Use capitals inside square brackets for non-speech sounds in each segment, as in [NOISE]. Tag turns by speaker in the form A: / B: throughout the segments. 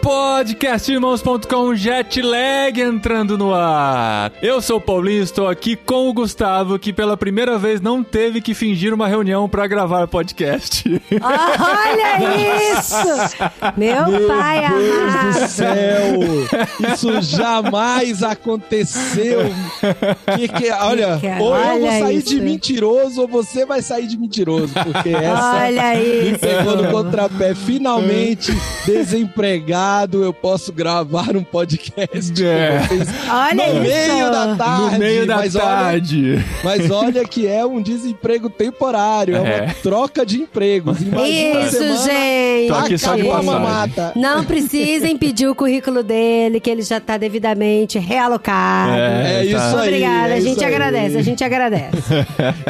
A: Podcastirmãos.com Jetlag entrando no ar. Eu sou o Paulinho e estou aqui com o Gustavo, que pela primeira vez não teve que fingir uma reunião para gravar podcast. [LAUGHS] É,
B: Olha isso! Meu, pai
C: Deus do
B: amado!
C: céu! Isso jamais aconteceu! Que que- olha,
B: Que que é?
C: ou eu vou
B: Olha
C: sair
B: isso. né?
C: de mentiroso, ou você vai sair de mentiroso, porque essa
B: Olha
C: me
B: isso!
C: pegou no contrapé. Finalmente, desempregado, eu posso gravar um podcast com
A: É.
C: vocês.
B: Olha
C: no
B: isso!
C: meio da tarde,
A: no meio da
C: mas olha
A: tarde.
C: mas olha que é um desemprego temporário, é uma
A: É. troca
C: troca de empregos.
B: Isso,
A: Tô
B: gente!
A: aqui só de
C: Acabou a
A: passagem.
C: mamata.
B: Não precisem pedir o currículo dele, que ele já tá devidamente realocado.
A: É,
C: É isso
A: tá.
C: aí.
B: Obrigada,
C: é
B: a
C: isso
B: gente
C: aí.
B: agradece, a gente
C: [LAUGHS]
B: agradece.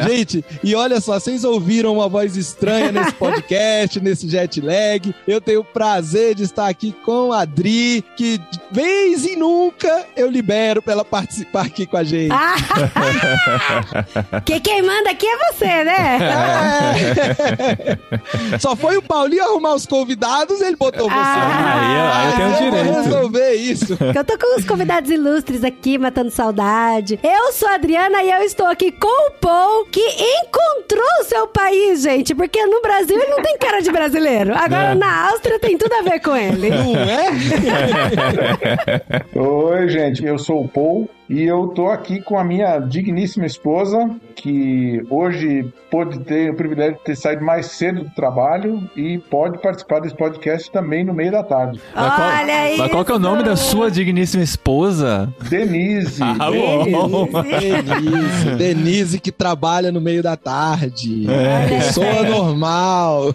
C: Gente, e olha só, vocês ouviram uma voz estranha nesse podcast, [LAUGHS] nesse jet lag. Eu tenho o prazer de estar aqui com a Dri, que de vez e nunca eu libero pra ela participar aqui com a gente.
B: Ah, [LAUGHS] que quem manda aqui é você, né?
C: É. [LAUGHS] Só foi o Paulinho arrumar os convidados, ele botou você.
B: Ah,
A: Aí, ó, aí eu tenho
C: Mas vou
A: direito.
C: resolver isso.
B: Que Eu tô com os convidados ilustres aqui, matando saudade. Eu sou a Adriana e eu estou aqui com o Paul, que encontrou o seu país, gente. Porque no Brasil ele não tem cara de brasileiro. Agora
A: É.
B: na Áustria tem tudo a ver com ele.
C: Não é?
D: Oi, gente, eu sou o Paul e eu tô aqui com a minha digníssima esposa, que hoje pôde ter o privilégio de ter saído mais cedo do trabalho e pode participar desse podcast também no meio da tarde.
A: Mas qual-
B: Olha aí.
A: Mas qual que é o nome da sua digníssima esposa?
D: Denise!
A: Ah, bom.
C: Denise, Denise que trabalha no meio da tarde.
A: É.
C: Pessoa normal.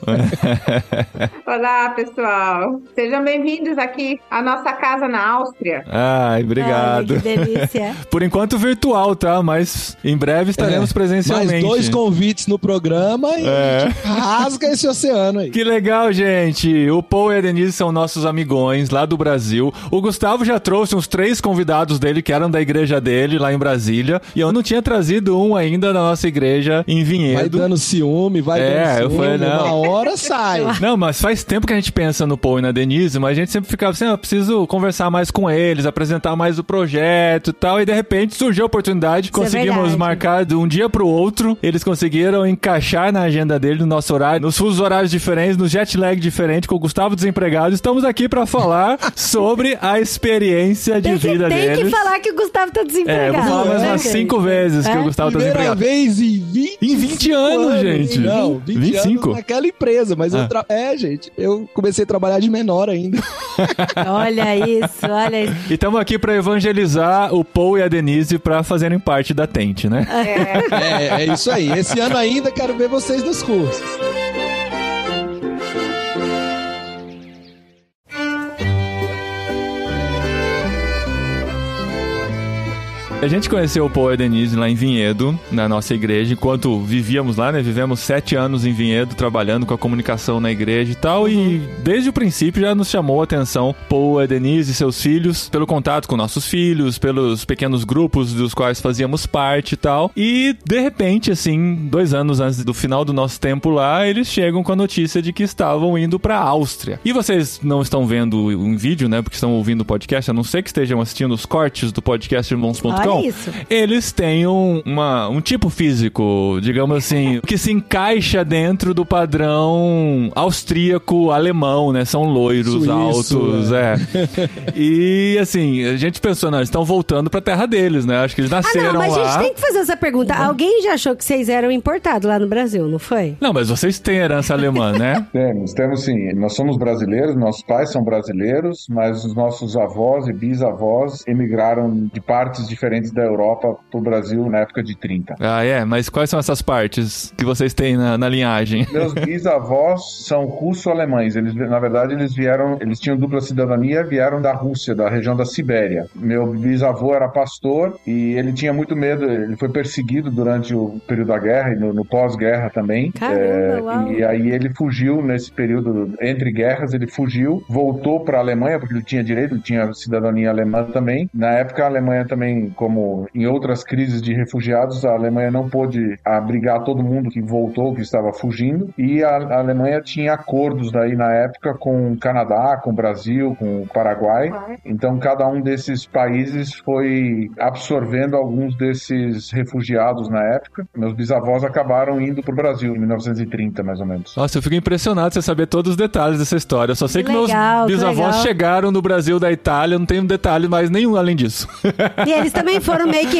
E: Olá, pessoal. Sejam bem-vindos aqui à nossa casa na Áustria.
A: Ai, obrigado.
B: Olha, que delícia.
A: Por enquanto virtual, tá? Mas em breve estaremos
C: É.
A: presencialmente.
C: Mais dois convites no programa e
A: É.
C: rasga esse oceano aí.
A: Que legal, gente! O Paul e a Denise são nossos amigões lá do Brasil. O Gustavo já trouxe uns três convidados dele que eram da igreja dele lá em Brasília. E eu não tinha trazido um ainda da nossa igreja em
C: Vai
A: Vinhedo.
C: dando ciúme, vai
A: É, eu
C: dando ciúme.
A: falei, não.
C: Uma hora sai.
A: Não, mas faz tempo que a gente pensa no Paul e na Denise, mas a gente sempre ficava assim, ah, eu preciso conversar mais com eles, apresentar mais o projeto e tal, e de repente surgiu a oportunidade,
B: é
A: conseguimos
B: verdade.
A: marcar de um dia pro outro, eles conseguiram encaixar na agenda dele, no nosso horário, nos fusos horários diferentes, no jet lag diferente, com o Gustavo desempregado, estamos aqui pra
B: [LAUGHS]
A: falar sobre a experiência [LAUGHS] de
B: Tem, que,
A: vida
B: tem
A: deles.
B: que falar que o Gustavo tá
A: é, eu
B: desempregado.
A: vou falar mais
B: né,
A: umas
B: gente?
A: cinco vezes que
B: É?
A: o Gustavo tá
C: Primeira
A: desempregado.
C: vez em 20
A: Em 20 anos, gente.
C: Não, 20
A: 25.
C: anos naquela empresa, mas
A: Ah.
C: eu tra... é, gente, eu comecei a trabalhar de menor ainda.
B: Olha isso, olha isso.
A: E estamos aqui pra evangelizar o Paul e a Denise pra fazerem parte da Tente, né?
C: [LAUGHS] É, é isso aí. Esse ano ainda quero ver vocês nos cursos.
A: A gente conheceu o Paul e a Denise lá em Vinhedo, na nossa igreja, enquanto vivíamos lá, né? Vivemos sete anos em Vinhedo, trabalhando com a comunicação na igreja e tal. E desde o princípio já nos chamou a atenção Paul, a Denise e seus filhos, pelo contato com nossos filhos, pelos pequenos grupos dos quais fazíamos parte e tal. E de repente, assim, dois anos antes do final do nosso tempo lá, eles chegam com a notícia de que estavam indo pra Áustria. E vocês não estão vendo em vídeo, né? Porque estão ouvindo o podcast, a não ser que estejam assistindo os cortes do podcast irmãos.com
B: Olha isso.
A: eles têm um, uma- um tipo físico, digamos
B: [LAUGHS]
A: assim, que se encaixa dentro do padrão austríaco-alemão, né? São loiros,
C: Suíço,
A: altos,
B: [LAUGHS]
A: é. E, assim, a gente pensou, não, eles estão voltando pra terra deles, né? Acho que eles
B: Ah,
A: nasceram
B: não, mas
A: lá.
B: a gente tem que fazer essa pergunta. Alguém já achou que vocês eram importados lá no Brasil, não foi?
A: Não, mas vocês têm herança alemã, né?
B: [LAUGHS]
D: Temos, temos sim. Nós somos brasileiros, nossos pais são brasileiros, mas os nossos avós e bisavós emigraram de partes diferentes da Europa pro Brasil na época de 30.
A: Ah, é, mas quais são essas partes que vocês têm na, na linhagem?
D: Meus bisavós são russo-alemães. Eles, na verdade, eles vieram, eles tinham dupla cidadania, vieram da Rússia, da região da Sibéria. Meu bisavô era pastor e ele tinha muito medo. Ele foi perseguido durante o período da guerra e no, no pós-guerra também. É,
B: Caramba, uau.
D: E aí ele fugiu nesse período entre guerras, ele fugiu, voltou para a Alemanha porque ele tinha direito, ele tinha cidadania alemã também. Na época a Alemanha também co- como em outras crises de refugiados, a Alemanha não pôde abrigar todo mundo que voltou, que estava fugindo, e a, a Alemanha tinha acordos daí na época com o Canadá, com o Brasil, com o Paraguai. Então cada um desses países foi absorvendo alguns desses refugiados na época. Meus bisavós acabaram indo para o Brasil em 1930, mais ou menos.
A: Nossa, eu fico impressionado você saber todos os detalhes dessa história. Eu só sei que,
B: Que legal, que
A: meus bisavós
B: legal.
A: chegaram no Brasil da Itália, não tenho detalhe mais nenhum além disso.
B: E eles também foram meio que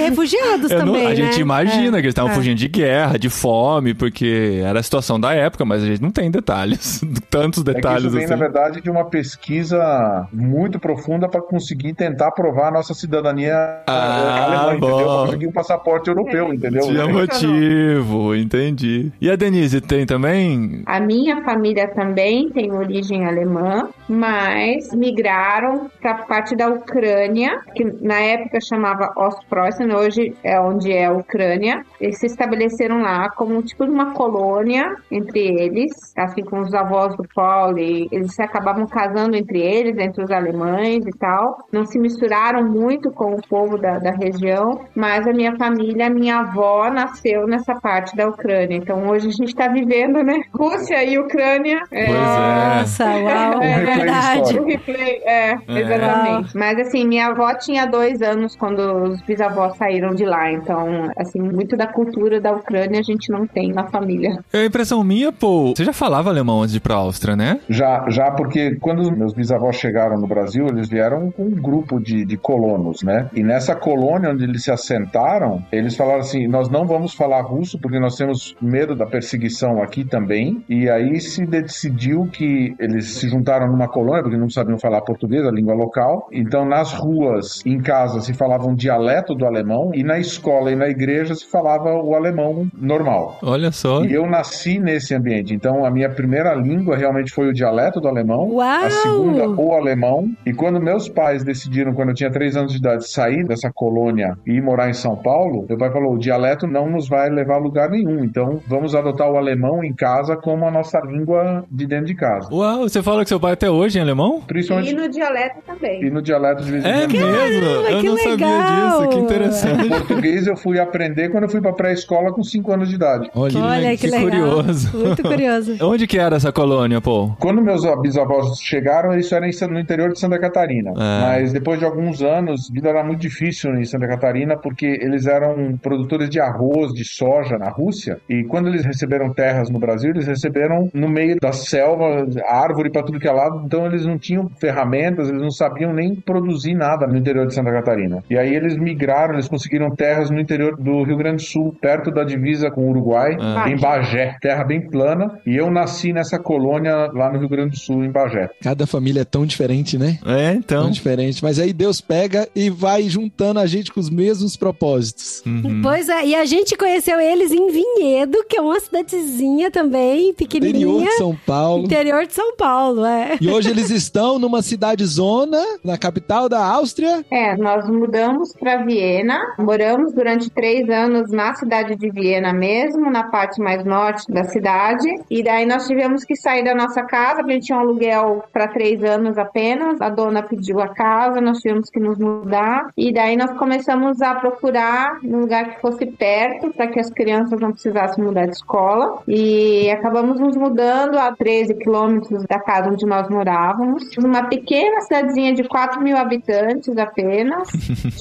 A: [LAUGHS]
B: refugiados
A: Eu não-
B: também,
A: a
B: né?
A: gente imagina
B: É.
A: que eles estavam
B: É.
A: fugindo de guerra, de fome, porque era a situação da época, mas a gente não tem detalhes, [LAUGHS] tantos
D: É que isso
A: detalhes
D: vem, na
A: assim.
D: verdade, de uma pesquisa muito profunda para conseguir tentar provar a nossa cidadania é,
A: Ah,
D: alemã, entendeu?
A: bom.
D: Pra conseguir um passaporte
A: [LAUGHS]
D: europeu, entendeu?
A: Tinha motivo, entendi. E a Denise tem também?
E: A minha família também tem origem alemã, mas migraram para a parte da Ucrânia, que na época chamava Ostpreußen, hoje é onde é a Ucrânia. Eles se estabeleceram lá como tipo de uma colônia entre eles, assim com os avós do Paulo, e eles se acabavam casando entre eles, entre os alemães e tal. Não se misturaram muito com o povo da, da região, mas a minha família, a minha avó nasceu nessa parte da Ucrânia. Então hoje a gente está vivendo, né? [LAUGHS] Rússia e Ucrânia. É,
A: Pois é.
B: Nossa, uau,
E: É,
B: é
D: replay
B: verdade.
D: histórico.
E: o replay, é, exatamente. Mas assim, minha avó tinha dois anos quando os bisavós saíram de lá. Então, assim, muito da cultura da Ucrânia a gente não tem na família.
A: É a impressão minha, pô. Você já falava alemão antes de ir pra Áustria, né?
D: Já, já porque quando os meus bisavós chegaram no Brasil, eles vieram com um grupo de, de colonos, né? E nessa colônia onde eles se assentaram, eles falaram assim: nós não vamos falar russo porque nós temos medo da perseguição aqui também. E aí se decidiu que eles se juntaram numa colônia porque não sabiam falar português, a língua local. Então nas ruas, em casa, se falava um dialeto do alemão e na escola e na igreja se falava o alemão normal.
A: Olha só.
D: E eu nasci nesse ambiente. Então, a minha primeira língua realmente foi o dialeto do alemão.
B: Uau!
D: A segunda, o alemão. E quando meus pais decidiram, quando eu tinha três anos de idade, sair dessa colônia e ir morar em São Paulo, meu pai falou: o dialeto não nos vai levar a lugar nenhum. Então, vamos adotar o alemão em casa como a nossa língua de dentro de casa.
A: Uau, você fala que seu pai até hoje é alemão?
D: Principalmente.
E: E no dialeto também.
D: E no dialeto de vez em
A: É
D: quando.
A: mesmo? Eu
B: que
A: não sabia
B: legal.
A: disso, que interessante.
D: Português eu fui aprender quando eu fui pra pré-escola com cinco anos de idade.
B: [LAUGHS] Olha que, legal.
A: curioso.
B: Muito curioso.
A: [LAUGHS] Onde que era essa colônia, pô?
D: Quando meus bisavós chegaram, isso era em San- no interior de Santa Catarina.
A: Ah.
D: Mas depois de alguns anos, a vida era muito difícil em Santa Catarina, porque eles eram produtores de arroz, de soja na Rússia. E quando eles receberam terras no Brasil, eles receberam no meio da selva, árvore para tudo que é lado. Então eles não tinham ferramentas, eles não sabiam nem produzir nada no interior de Santa Catarina. E aí eles migraram, eles conseguiram terras no interior do Rio Grande do Sul, perto da divisa com o Uruguai,
A: Ah.
D: em Bagé, terra bem plana. E eu nasci nessa colônia lá no Rio Grande do Sul, em Bagé.
C: Cada família é tão diferente, né?
A: É,
C: Tão
A: então.
C: diferente. Mas aí Deus pega e vai juntando a gente com os mesmos propósitos.
A: Uhum.
B: Pois é, e a gente conheceu eles em Vinhedo, que é uma cidadezinha também,
C: Interior
B: pequenininha.
C: de São Paulo.
B: Interior de São Paulo, é.
C: E hoje eles estão numa cidade zona, na capital da Áustria.
E: É, nós mudamos para Viena, moramos durante três anos na cidade de Viena mesmo, na parte mais norte da cidade, e daí nós tivemos que sair da nossa casa, porque a gente tinha um aluguel para três anos apenas, a dona pediu a casa, nós tivemos que nos mudar, e daí nós começamos a procurar um lugar que fosse perto, para que as crianças não precisassem mudar de escola, e acabamos nos mudando a 13 quilômetros da casa onde nós morávamos, numa pequena cidadezinha de 4 mil habitantes
D: [LAUGHS]
E: apenas,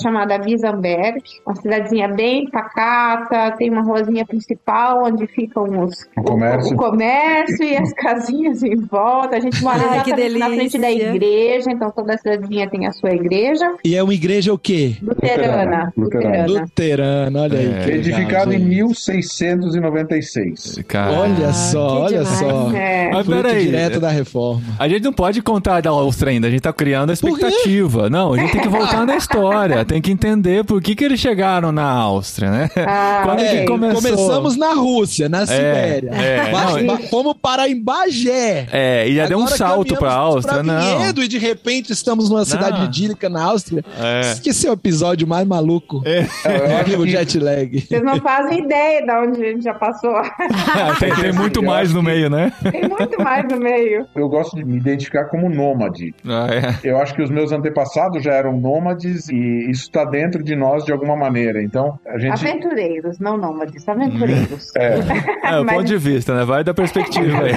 E: chamada Wiesenberg, uma cidadezinha bem pacata, tem uma ruazinha principal onde ficam os,
D: O comércio.
E: o comércio e as [LAUGHS] casinhas em volta. A gente mora
B: Ai, que
E: exatamente na frente da
B: delícia.
E: igreja, então toda cidadezinha tem a sua igreja.
C: E é uma igreja o quê?
E: Luterana.
D: Luterana.
E: Luterana.
C: Luterana, olha aí.
A: É.
C: que legal,
D: Edificado em
C: gente.
D: 1696.
A: Cara.
C: Olha
B: Ah,
C: só,
B: que
C: olha
B: demais.
C: só.
E: É.
A: Mas
C: Fruto
A: peraí.
C: direto da reforma.
A: A gente não pode contar da Áustria ainda, a gente tá criando a
C: Por quê?
A: expectativa. Não, a gente tem que voltar
C: [LAUGHS]
A: na história, tem que entender por que, que eles chegaram na Áustria, né?
E: Ah,
A: Quando
E: ok.
A: que começou?
C: é. Começamos na Rússia, na Sibéria.
A: é,
C: Ba-
A: não,
C: ba- Fomos parar em Bagé.
A: É, e já deu um
C: Agora
A: salto pra
C: caminhamos
A: Áustria,
C: pra
A: não.
C: Vinhedo, e de repente estamos numa cidade
A: Não.
C: idílica na Áustria.
A: É. [LAUGHS]
C: Diz que esse é o episódio mais maluco.
D: [LAUGHS] É,
C: É.
D: Eu acho
C: o
D: que-
C: jet lag.
E: Vocês não fazem ideia de onde a gente já passou. [LAUGHS]
A: tem, tem muito mais no meio, né?
E: Tem muito mais no meio.
D: eu gosto de me identificar como nômade.
A: Ah, é.
D: Eu acho que os meus antepassados já eram nômades e isso está dentro de nós de alguma maneira. Então, a gente.
E: Aventureiros, não nômades, aventureiros.
D: É.
C: [LAUGHS]
A: É, o
E: Mas-
A: ponto de vista, né? Vai da perspectiva aí.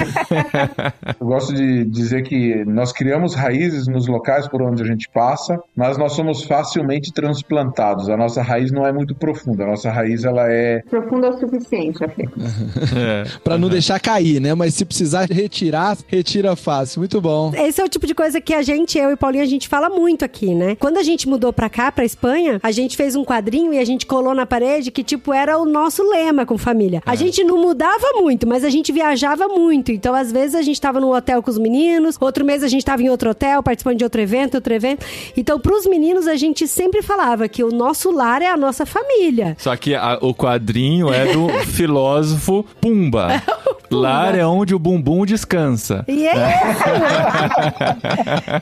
D: Eu gosto de dizer que nós criamos raízes nos locais por onde a gente passa, mas nós somos facilmente transplantados. A nossa raiz não é muito profunda, a nossa raiz ela é
E: Profunda o suficiente, Afê.
A: É.
C: Pra não deixar cair, né? Mas se precisar retirar, retira fácil. Muito bom.
B: Esse é o tipo de coisa que a gente, eu e Paulinha, a gente fala muito aqui, né? Quando a gente mudou pra cá, pra Espanha, a gente fez um quadrinho e a gente colou na parede que, tipo, era o nosso lema com família. A gente não mudava muito, mas a gente viajava muito. Então, às vezes, a gente tava num hotel com os meninos, outro mês a gente tava em outro hotel, participando de outro evento, outro evento. Então, pros meninos, a gente sempre falava que o nosso lar é a nossa família.
A: Só que a- o quadrinho é
C: [LAUGHS]
A: do filósofo Pumba. Lar é onde o bumbum descansa.
B: E é [LAUGHS] isso!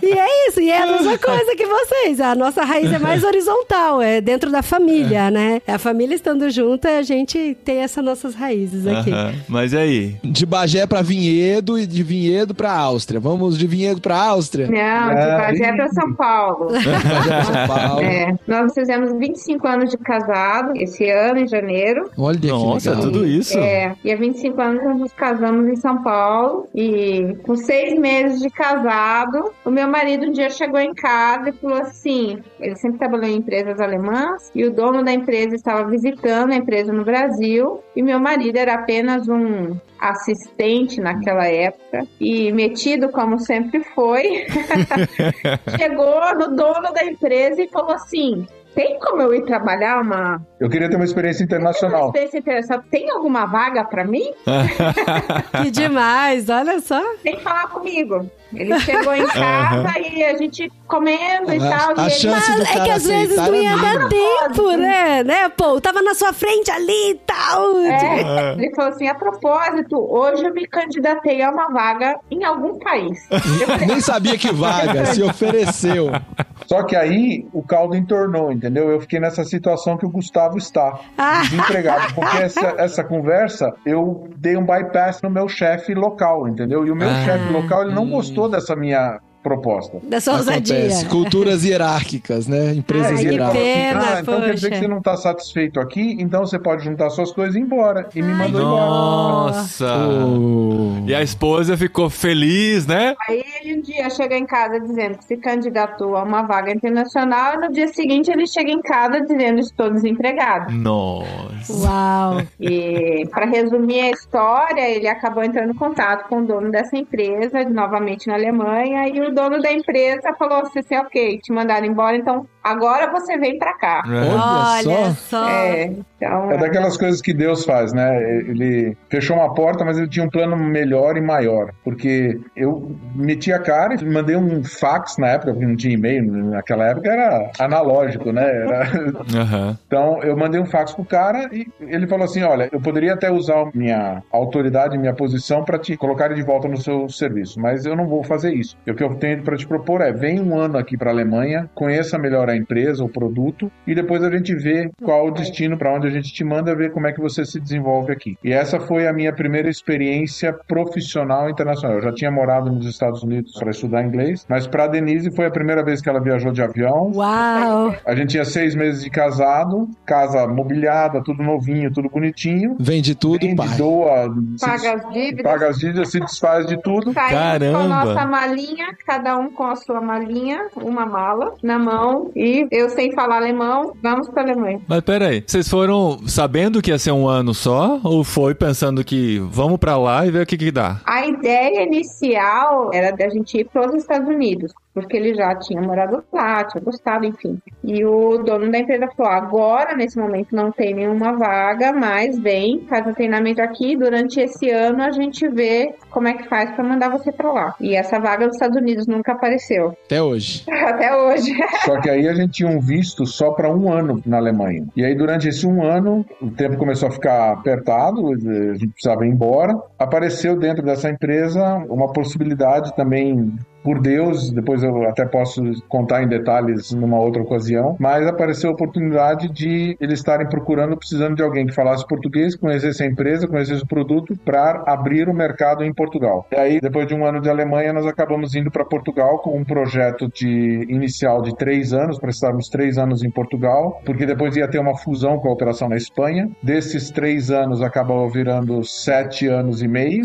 B: e é isso, e é a mesma coisa que vocês. A nossa raiz é mais horizontal, é dentro da família, né? A família estando junta, a gente tem essas nossas raízes aqui.
A: Aham. Mas e aí?
C: De Bagé pra Vinhedo e de Vinhedo pra Áustria. Vamos de Vinhedo pra Áustria?
E: Não, de
D: Ah,
E: Bagé
D: ih.
E: para São
D: [LAUGHS]
E: Paulo.
C: Bagé pra São Paulo.
E: É, nós fizemos 25 anos de casado esse ano, em janeiro.
C: Olha que
A: Nossa,
C: legal.
A: tudo isso?
E: É, e há 25 anos nós nos casamos em São Paulo. E com seis meses de casado, o meu marido um dia chegou em casa e falou assim: ele sempre trabalhou em empresas alemãs, e o dono da empresa estava visitando a empresa no Brasil, e meu marido era apenas um assistente naquela época e metido como sempre foi, [LAUGHS] chegou no dono da empresa e falou assim: tem como eu ir trabalhar uma
D: Eu queria ter uma experiência
E: uma
D: internacional.
E: experiência interessante. Tem alguma vaga pra mim?
B: Que demais, olha só.
E: Tem que falar comigo. Ele chegou em casa e a gente comendo e tal.
C: A
E: e ele,
C: chance do
B: É
C: cara
B: que às vezes
C: aceitar
B: não
C: é
B: ia
C: mínima.
B: dar tempo, né? né? Pô, tava na sua frente ali e tal. Tipo,
E: É, ele falou assim: a propósito, hoje eu me candidatei a uma vaga em algum país.
C: Nem sabia que vaga, se
E: [LAUGHS]
C: ofereceu.
D: Só que aí o caldo entornou, entendeu? Eu fiquei nessa situação que o Gustavo está,
B: Ah.
D: desempregado. Porque essa, essa conversa, eu dei um bypass no meu chefe local, entendeu? E o meu
A: Ah,
D: chefe local, ele não gostou dessa minha proposta.
B: Da sua ousadia.
C: Acontece. Culturas hierárquicas, né? Empresas
E: Ai, que
D: ele falou
C: hierárquicas.
D: assim,
B: pena,
D: ah, então quer dizer
B: poxa.
D: que você não tá satisfeito aqui, então você pode juntar suas coisas e ir embora. [LAUGHS] E me mandou embora.
A: Nossa! E a esposa ficou feliz, né?
E: Aí ele um dia chega em casa dizendo que se candidatou a uma vaga internacional, e no dia seguinte ele chega em casa dizendo: estou desempregado.
A: Nossa!
B: Uau.
E: E para resumir a história, ele acabou entrando em contato com o dono dessa empresa, novamente na Alemanha, e o dono da empresa falou assim, assim, ok, te mandaram embora, então agora você vem para cá.
B: Olha só.
E: É, então
D: É daquelas coisas que Deus faz, né? Ele fechou uma porta, mas ele tinha um plano melhor e maior. Porque eu meti a cara e mandei um fax na época, porque não tinha e-mail, naquela época era analógico, né? Era-
A: Aham.
D: Então eu mandei um fax pro cara e ele falou assim: olha, eu poderia até usar minha autoridade, minha posição para te colocar de volta no seu serviço, mas eu não vou fazer isso. E o que eu tenho para te propor é: vem um ano aqui para Alemanha, conheça melhor a empresa, o produto e depois a gente vê qual o destino para onde a gente te manda, ver como é que você se desenvolve aqui. E essa foi a minha primeira experiência profissional internacional. Eu já tinha morado nos Estados Unidos para estudar inglês, mas para Denise foi a primeira vez que ela viajou de avião.
B: Uau.
D: A gente tinha seis meses de casado, casa mobiliada, tudo novinho, tudo bonitinho.
C: Vende tudo,
D: Vende,
C: pai.
D: doa, se
E: paga as
D: des-
E: dívidas,
D: paga as dívidas, se desfaz de tudo.
E: saímos com a
A: Caramba.
E: nossa malinha, cada um com a sua malinha, uma mala na mão, e eu sem falar alemão, vamos para Alemanha.
A: Mas peraí, vocês foram sabendo que ia ser um ano só? Ou foi pensando que vamos pra lá e ver o que que dá?
E: A ideia inicial era da gente ir para os Estados Unidos, porque ele já tinha morado lá, tinha gostado, enfim. E o dono da empresa falou: agora, nesse momento, não tem nenhuma vaga, mas vem, faz o treinamento aqui. Durante esse ano, a gente vê como é que faz para mandar você para lá. E essa vaga nos Estados Unidos nunca apareceu, [LAUGHS]
C: Até hoje.
E: até hoje.
D: Só que aí a gente tinha um visto só para um ano na Alemanha. E aí, durante esse um ano, o tempo começou a ficar apertado, a gente precisava ir embora. Apareceu dentro dessa empresa uma possibilidade também por Deus, depois eu até posso contar em detalhes numa outra ocasião, mas apareceu a oportunidade de eles estarem procurando, precisando de alguém que falasse português, conhecesse a empresa, conhecesse o produto, para abrir o mercado em Portugal. E aí, depois de um ano de Alemanha, nós acabamos indo para Portugal com um projeto de inicial de três anos, para estarmos três anos em Portugal, porque depois ia ter uma fusão com a operação na Espanha. Desses três anos, acabou virando sete anos e meio.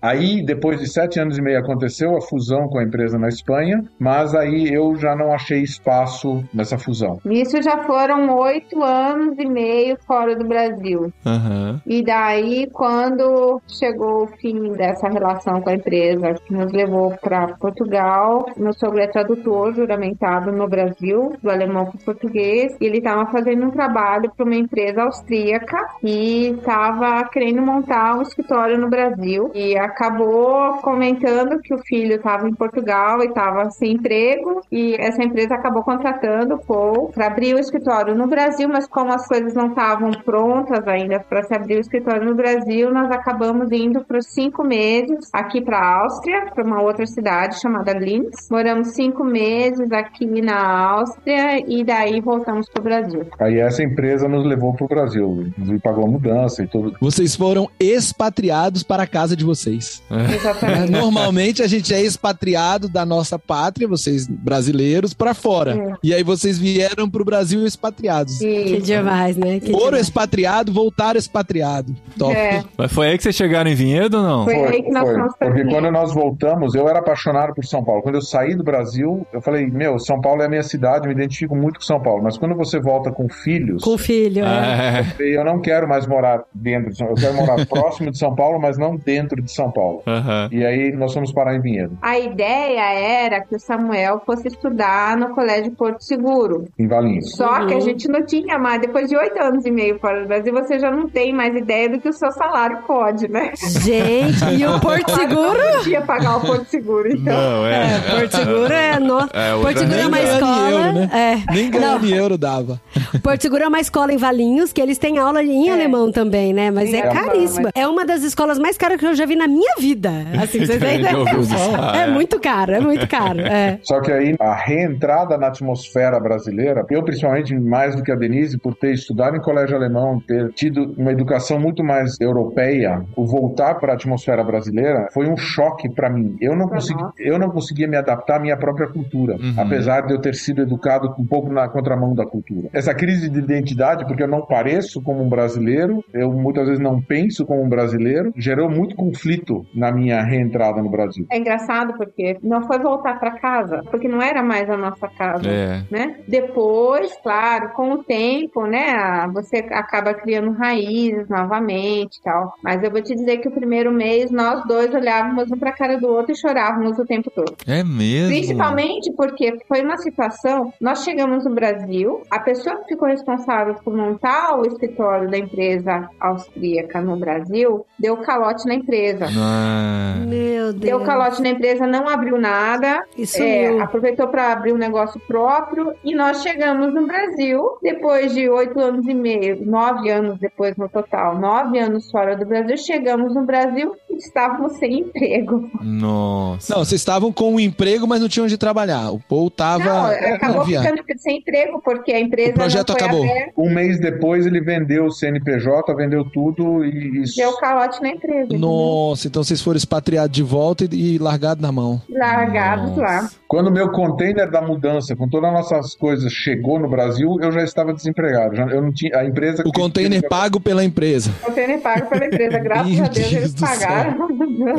D: Aí, depois de sete anos e meio, aconteceu a fusão com a empresa na Espanha, mas aí eu já não achei espaço nessa fusão.
E: Isso já foram oito anos e meio fora do Brasil.
A: Aham.
E: E daí, quando chegou o fim dessa relação com a empresa, que nos levou para Portugal, meu sogro é tradutor juramentado no Brasil, do alemão para o português, e ele estava fazendo um trabalho para uma empresa austríaca e estava querendo montar um escritório no Brasil. E acabou comentando que o filho estava em Portugal e estava sem emprego, e essa empresa acabou contratando o Paul para abrir o escritório no Brasil, mas como as coisas não estavam prontas ainda para se abrir o escritório no Brasil, nós acabamos indo para cinco meses aqui para a Áustria, para uma outra cidade chamada Linz. Moramos cinco meses aqui na Áustria e daí voltamos para o Brasil.
D: Aí essa empresa nos levou para o Brasil, e pagou a mudança e tudo.
C: Vocês foram expatriados para a casa de vocês. É.
E: Exatamente.
C: Normalmente a gente é expatriado da nossa pátria, vocês brasileiros, para
E: É.
C: fora. E aí vocês vieram pro Brasil expatriados.
B: Que
E: E-
B: demais, né? Que
C: Foram
B: demais.
C: expatriado, voltaram expatriado. Top.
E: É,
A: Mas foi aí que vocês chegaram em Vinhedo ou não?
E: Foi aí que nós fomos pra
D: Porque
E: Vinhedo.
D: quando nós voltamos, eu era apaixonado por São Paulo. Quando eu saí do Brasil, eu falei: Meu, São Paulo é a minha cidade, me identifico muito com São Paulo. Mas quando você volta com filhos,
B: Com o filho, é.
A: Ah,
D: eu falei, eu não quero mais morar dentro de São Paulo. Eu quero
E: [LAUGHS]
D: morar próximo de São Paulo, mas não dentro de São Paulo.
A: Aham.
D: E aí nós fomos parar em Vinhedo,
E: a ideia era que o Samuel fosse estudar no Colégio Porto Seguro.
D: em Valinhos.
E: Só que
B: Uhum.
E: a gente não tinha mais, depois de oito anos e meio fora do Brasil, você já não tem mais ideia do que o seu salário pode, né?
B: Gente, e o Porto [LAUGHS] Seguro?
E: Eu não podia pagar o Porto Seguro, então.
A: Não,
B: É,
A: é. [LAUGHS]
B: Porto Seguro é. No...
A: É, outra
B: Porto Seguro é uma
C: nem ganha
B: escola.
C: euro, né?
B: é.
C: Nem ganhando euro dava.
B: Porto Seguro é uma escola em Valinhos, que eles têm aula em
E: É.
B: alemão também, né? Mas é,
E: Em alemão,
B: caríssima. É uma das escolas mais caras que eu já vi na minha vida. Assim, vocês têm ideia?
A: [LAUGHS] Já ouviu falar,
B: É
A: é.
B: muito caro, é muito caro. É.
D: Só que aí a reentrada na atmosfera brasileira, eu principalmente mais do que a Denise, por ter estudado em colégio alemão, ter tido uma educação muito mais europeia, o voltar para a atmosfera brasileira foi um choque para mim. Eu não,
E: Pra
D: consegui,
E: nós.
D: eu não conseguia me adaptar à minha própria cultura,
A: Uhum.
D: apesar de eu ter sido educado um pouco na contramão da cultura. Essa crise de identidade, porque eu não pareço como um brasileiro, eu muitas vezes não penso como um brasileiro, gerou muito conflito na minha reentrada no Brasil.
E: É engraçado porque não foi voltar pra casa, porque não era mais a nossa casa.
A: É.
E: né? Depois, claro, com o tempo, né, a- você acaba criando raízes novamente e tal. Mas eu vou te dizer que o primeiro mês nós dois olhávamos um pra cara do outro e chorávamos o tempo todo.
A: É mesmo.
E: Principalmente porque foi uma situação, nós chegamos no Brasil, a pessoa que ficou responsável por montar o escritório da empresa austríaca no Brasil deu calote na empresa.
A: Ah,
B: Meu
E: Deu
B: Deus.
E: calote na empresa, não abriu nada,
B: Isso
E: é,
B: é,
E: aproveitou para abrir um negócio próprio e nós chegamos no Brasil depois de oito anos e meio, nove anos depois no total, nove anos fora do Brasil, chegamos no Brasil e estávamos sem emprego.
A: nossa.
C: Não, vocês estavam com um emprego, mas não tinham onde trabalhar. O Paul tava.
E: não,
C: é,
E: acabou
C: não, viado.
E: ficando sem emprego porque a empresa
C: O projeto
E: não foi
C: acabou.
E: aberta,
D: Um mês depois ele vendeu o CNPJ, vendeu tudo e isso.
E: deu calote né? na empresa.
C: Nossa, então vocês foram expatriados de volta e, e largados na mão.
E: Largados lá.
D: Quando o meu container da mudança, com todas as nossas coisas, chegou no Brasil, eu já estava desempregado. Já- eu não tinha a empresa.
C: O
D: que-
C: container pago pela empresa.
E: O tênis pago
C: [LAUGHS]
E: pela empresa, graças
C: Meu
E: a Deus
C: Deus
E: eles
C: do céu.
E: pagaram.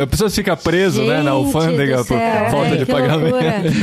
A: A pessoa fica presa, né, na alfândega por
B: é,
A: falta de pagamento.
B: [LAUGHS]
E: [LAUGHS]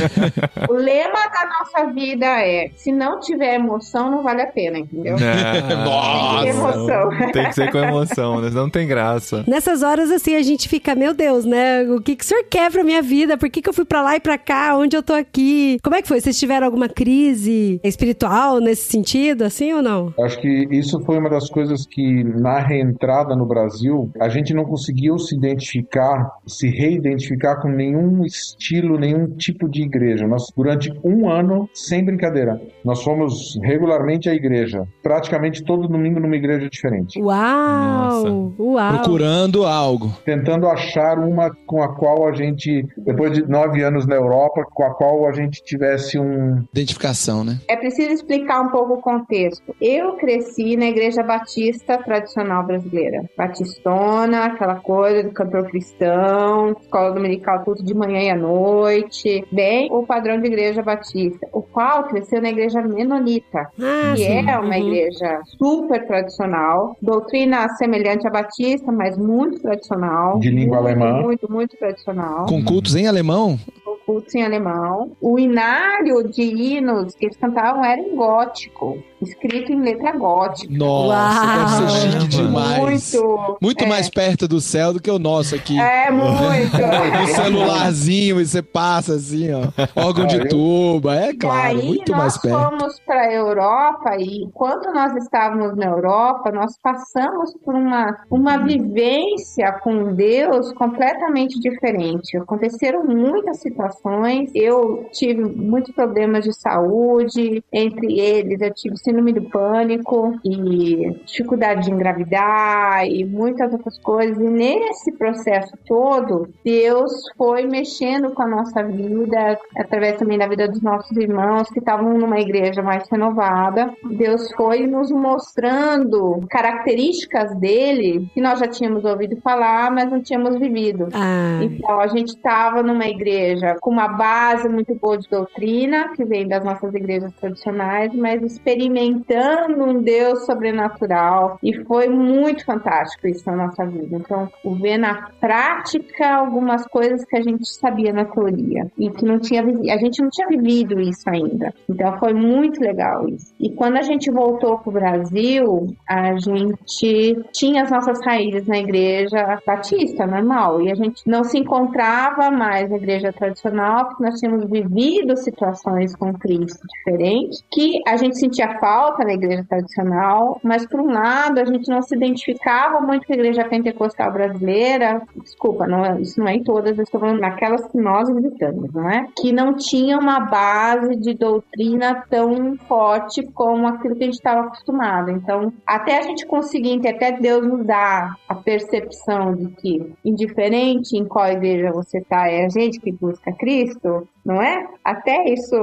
E: o lema da nossa vida é: se não tiver emoção, não vale a pena, entendeu?
A: Ah,
C: Nossa.
E: Que emoção.
A: Tem que ser com emoção, né? Senão não tem graça.
B: Nessas horas, assim, a gente fica, meu Deus, né? O que, que o senhor quer pra minha vida? Por que, que eu fui pra lá e pra cá? Onde eu tô aqui? Como é que foi? Vocês tiveram alguma crise espiritual nesse sentido, assim ou não?
D: Acho que isso foi uma das coisas que, na reentrada no Brasil, a gente não conseguiu se identificar, se reidentificar com nenhum estilo, nenhum tipo de igreja. Nós, durante um ano, sem brincadeira, nós fomos regularmente à igreja. Praticamente todo domingo numa igreja diferente.
B: Uau! Uau!
C: Procurando algo.
D: tentando achar uma com a qual a gente, depois de nove anos na Europa, com a qual a gente tivesse um.
C: Identificação, né?
E: É preciso explicar um pouco o contexto. Eu cresci na igreja batista tradicional brasileira. Batistona, aquela coisa do cantor cristão, escola dominical tudo de manhã e à noite. Bem, o padrão de igreja batista. O qual cresceu na igreja menonita,
B: Ah,
E: que
B: sim.
E: é uma
B: Uhum.
E: igreja super tradicional, doutrina semelhante à batista, mas muito tradicional.
D: De língua
E: Muito,
D: alemã.
E: Muito, muito tradicional
C: Com cultos em alemão?
E: o culto em alemão. O inário de hinos que eles cantavam era em gótico, escrito em letra gótica.
C: Nossa,
B: Uau.
C: deve ser chique demais. Muito,
E: Muito, é.
C: mais perto do céu do que o nosso aqui. [LAUGHS]
E: É,
C: Um
E: muito.
C: celularzinho e você passa assim, ó. Órgão
D: Ah,
C: de
D: eu-
C: tuba, é claro,
E: e aí
C: muito
E: nós
C: mais perto.
E: fomos para a Europa e enquanto nós estávamos na Europa, nós passamos por uma, uma vivência com Deus completamente diferente. Aconteceram muitas situações, eu tive muitos problemas de saúde, entre eles eu tive síndrome do pânico e dificuldade de engravidar e muitas outras coisas. E nesse processo todo, Deus foi mexendo com a nossa vida, através também da vida dos nossos irmãos que estavam numa igreja mais renovada. Deus foi nos mostrando características dele que nós já tínhamos ouvido falar, mas não tínhamos vivido.
B: Ah,
E: Então, a gente estava numa igreja com uma base muito boa de doutrina, que vem das nossas igrejas tradicionais, mas experimentando um Deus sobrenatural. E foi muito fantástico isso na nossa vida. Então, o ver na prática algumas coisas que a gente sabia na teoria e que não tinha vivi- a gente não tinha vivido isso ainda. Então, foi muito legal isso. E quando a gente voltou para o Brasil, a gente tinha as nossas raízes na igreja batista, normal, e a gente não se encontrava mais na igreja tradicional, porque nós tínhamos vivido situações com Cristo diferentes, que a gente sentia falta na igreja tradicional, mas por um lado a gente não se identificava muito com a igreja pentecostal brasileira, desculpa, não é- isso não é em todas, eu estou falando naquelas que nós visitamos, não é? Que não tinha uma base de doutrina tão forte como aquilo que a gente estava acostumado. Então, até a gente conseguir, que até Deus nos dá a percepção de que, indiferente em qual igreja você está, é a gente que busca Cristo, não é? Até isso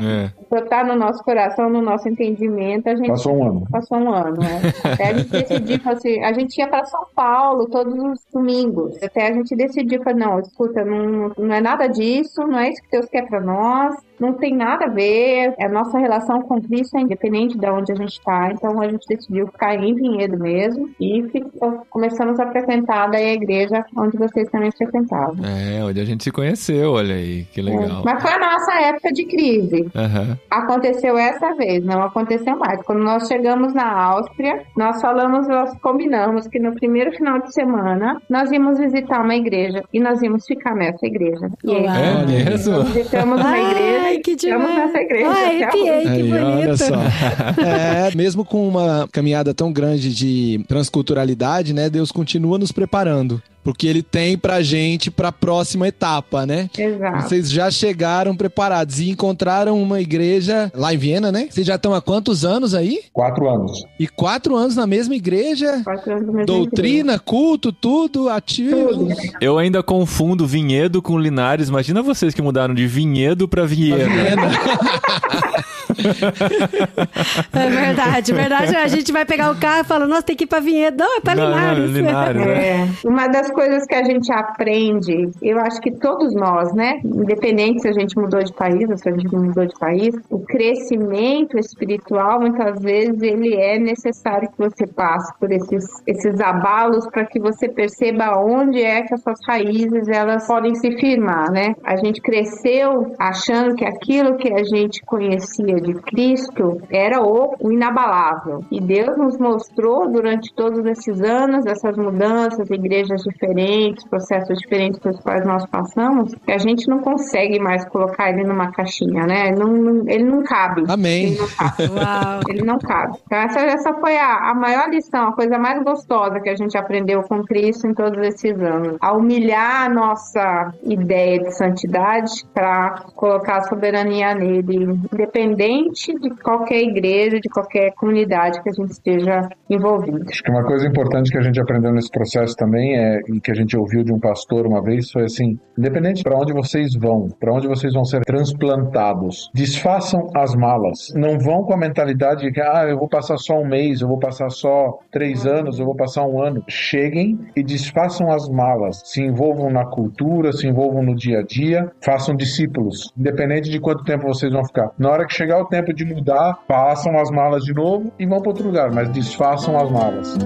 A: É.
E: brotar no nosso coração, no nosso entendimento, a gente
D: Passou um ano.
E: passou um ano, né? Até a gente decidir, falou assim, a gente ia para São Paulo todos os domingos. Até a gente decidir, falou, não, escuta, não, não é nada disso, não é isso que Deus quer para nós, não tem nada a ver, a nossa relação com Cristo é independente de onde a gente está, então a gente decidiu ficar em Vinhedo mesmo e ficou- começamos a frequentar daí a igreja onde vocês também frequentavam.
A: É, onde a gente se conheceu, olha aí, que legal.
E: Mas foi a nossa época de crise.
B: É.
A: Aham.
E: Aconteceu essa vez, não aconteceu mais. Quando nós chegamos na Áustria, nós falamos, nós combinamos que no primeiro final de semana nós íamos visitar uma igreja e nós íamos ficar nessa igreja. E aí,
B: Uau.
A: É mesmo?
E: visitamos uma igreja
B: Ai,
E: e
B: que
E: ficamos
B: demais.
E: nessa igreja.
B: Ai,
E: até hoje.
B: arrepiei, que
C: Aí, olha
B: bonito.
C: só. É, mesmo com uma caminhada tão grande de transculturalidade, né? Deus continua nos preparando. Porque ele tem pra gente pra próxima etapa, né?
E: Exato.
C: Vocês já chegaram preparados e encontraram uma igreja lá em Viena, né? Vocês já estão há quantos anos aí?
D: Quatro anos.
C: E quatro anos na mesma igreja?
E: Quatro anos do mesmo igreja.
C: Doutrina, culto, tudo ativo.
A: Eu ainda confundo vinhedo com Linares. Imagina vocês que mudaram de vinhedo pra Viena.
B: É verdade, verdade. A gente vai pegar o carro e fala, nossa, tem que ir pra Vinhedo. Não, é
A: [LAUGHS]
B: pra
A: Não, não,
B: Linares.
A: Linares, né?
E: É. Uma das coisas que a gente aprende, eu acho que todos nós, né? Independente se a gente mudou de país ou se a gente não mudou de país, o crescimento espiritual, muitas vezes, ele é necessário que você passe por esses, esses abalos para que você perceba onde é que as suas raízes elas podem se firmar, né? A gente cresceu achando que aquilo que a gente conhecia de Cristo era o, o inabalável. E Deus nos mostrou durante todos esses anos, essas mudanças, igrejas diferentes, processos diferentes pelos quais nós passamos, que a gente não consegue mais colocar ele numa caixinha, né? Não- não- ele não cabe.
C: Amém.
E: Ele não cabe.
B: Uau.
E: Ele não cabe. Então, essa, essa foi a, a maior lição, a coisa mais gostosa que a gente aprendeu com Cristo em todos esses anos. A humilhar a nossa ideia de santidade para colocar a soberania nele, independente crente de qualquer igreja, de qualquer comunidade que a gente esteja envolvido.
D: Acho que uma coisa importante que a gente aprendeu nesse processo também é e que a gente ouviu de um pastor uma vez foi assim: independente para onde vocês vão, para onde vocês vão ser transplantados, desfaçam as malas. Não vão com a mentalidade de que ah, eu vou passar só um mês, eu vou passar só três anos, eu vou passar um ano. Cheguem e desfaçam as malas. Se envolvam na cultura, se envolvam no dia a dia, façam discípulos, independente de quanto tempo vocês vão ficar. Na hora que chegar o tempo de mudar, façam as malas de novo e vão para outro lugar, mas desfaçam as malas.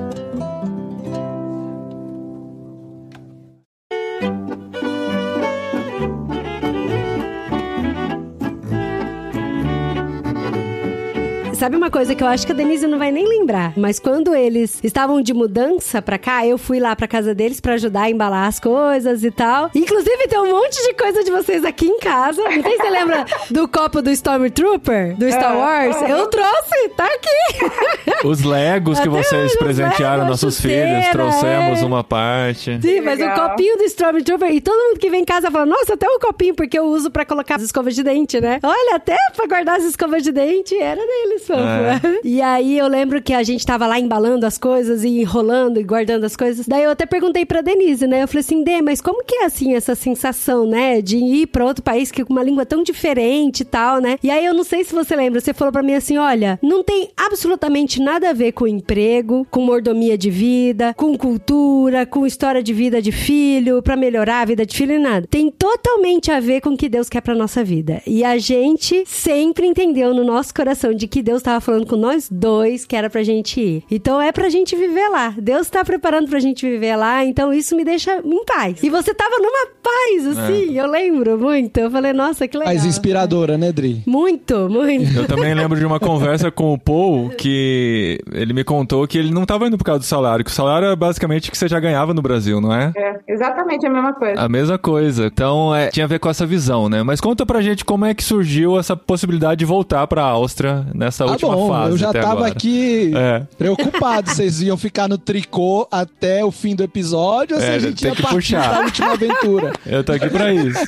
B: Sabe uma coisa que eu acho que a Denise não vai nem lembrar, mas quando eles estavam de mudança pra cá, eu fui lá pra casa deles pra ajudar a embalar as coisas e tal. Inclusive tem um monte de coisa de vocês aqui em casa. Não sei se você lembra do copo do Stormtrooper, do Star Wars. Eu trouxe, tá aqui.
A: Os Legos que
B: É. Até
A: vocês
B: os
A: presentearam
B: Legos,
A: nossos
B: chuteira,
A: filhos, trouxemos
B: é.
A: uma parte.
B: Sim, mas o
E: Legal.
B: copinho do Stormtrooper. E todo mundo que vem em casa fala: Nossa, até o copinho, porque eu uso pra colocar as escovas de dente, né? Olha, até pra guardar as escovas de dente. Era deles, fofo.
A: É.
B: [LAUGHS] E aí eu lembro que a gente tava lá embalando as coisas e enrolando e guardando as coisas. Daí eu até perguntei pra Denise, né? Eu falei assim: Dê, mas como que é assim essa sensação, né? De ir pra outro país que com uma língua tão diferente e tal, né? E aí eu não sei se você lembra, você falou pra mim assim: Olha, não tem absolutamente nada a ver com emprego, com mordomia de vida, com cultura, com história de vida de filho, pra melhorar a vida de filho e nada. Tem totalmente a ver com o que Deus quer pra nossa vida. E a gente sempre entendeu no nosso coração de que Deus tava falando com nós dois que era pra gente ir. Então é pra gente viver lá. Deus tá preparando pra gente viver lá, então isso me deixa em paz. E você tava numa paz, assim, eu lembro muito. Eu falei, nossa, que legal.
C: Mais inspiradora, né, Dri?
A: [LAUGHS]
B: Muito, muito.
A: Eu também lembro de uma conversa com o Paul que ele me contou que ele não tava indo por causa do salário, que o salário é basicamente o que você já ganhava no Brasil, não é?
E: É, exatamente a mesma coisa.
A: A mesma coisa. Então, é, tinha a ver com essa visão, né? Mas conta pra gente como é que surgiu essa possibilidade de voltar pra Áustria nessa
C: Tá
A: última
C: bom,
A: fase.
C: eu já
A: até
C: tava
A: agora.
C: aqui
A: É.
C: preocupado. Vocês iam ficar no tricô até o fim do episódio ou se
A: É,
C: a gente
A: tem
C: ia
A: que
C: partir
A: puxar.
C: pra última aventura?
A: Eu tô aqui
C: [LAUGHS]
A: pra isso.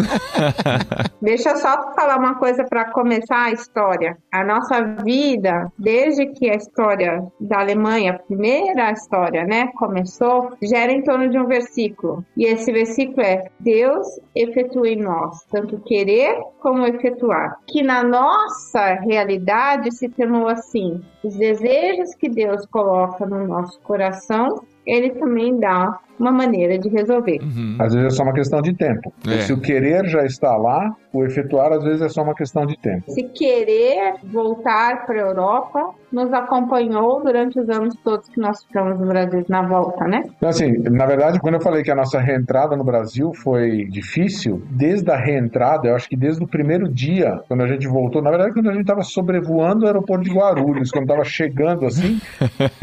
E: Deixa eu só falar uma coisa para começar a história. A nossa vida, desde que a história da Alemanha, a primeira história, né, começou, gera em torno de um versículo. E esse versículo é: Deus efetua em nós, tanto querer como efetuar. Que na nossa realidade se tornou assim: os desejos que Deus coloca no nosso coração, ele também dá uma maneira de resolver.
A: Uhum.
D: Às vezes é só uma questão de tempo.
A: É.
D: Se o querer já está lá, o efetuar às vezes é só uma questão de tempo.
E: se querer voltar para a Europa, nos acompanhou durante os anos todos que nós ficamos no Brasil na volta, né?
D: Então, assim, na verdade, quando eu falei que a nossa reentrada no Brasil foi difícil, desde a reentrada, eu acho que desde o primeiro dia, quando a gente voltou, na verdade, quando a gente estava sobrevoando o aeroporto de Guarulhos, quando estava chegando assim,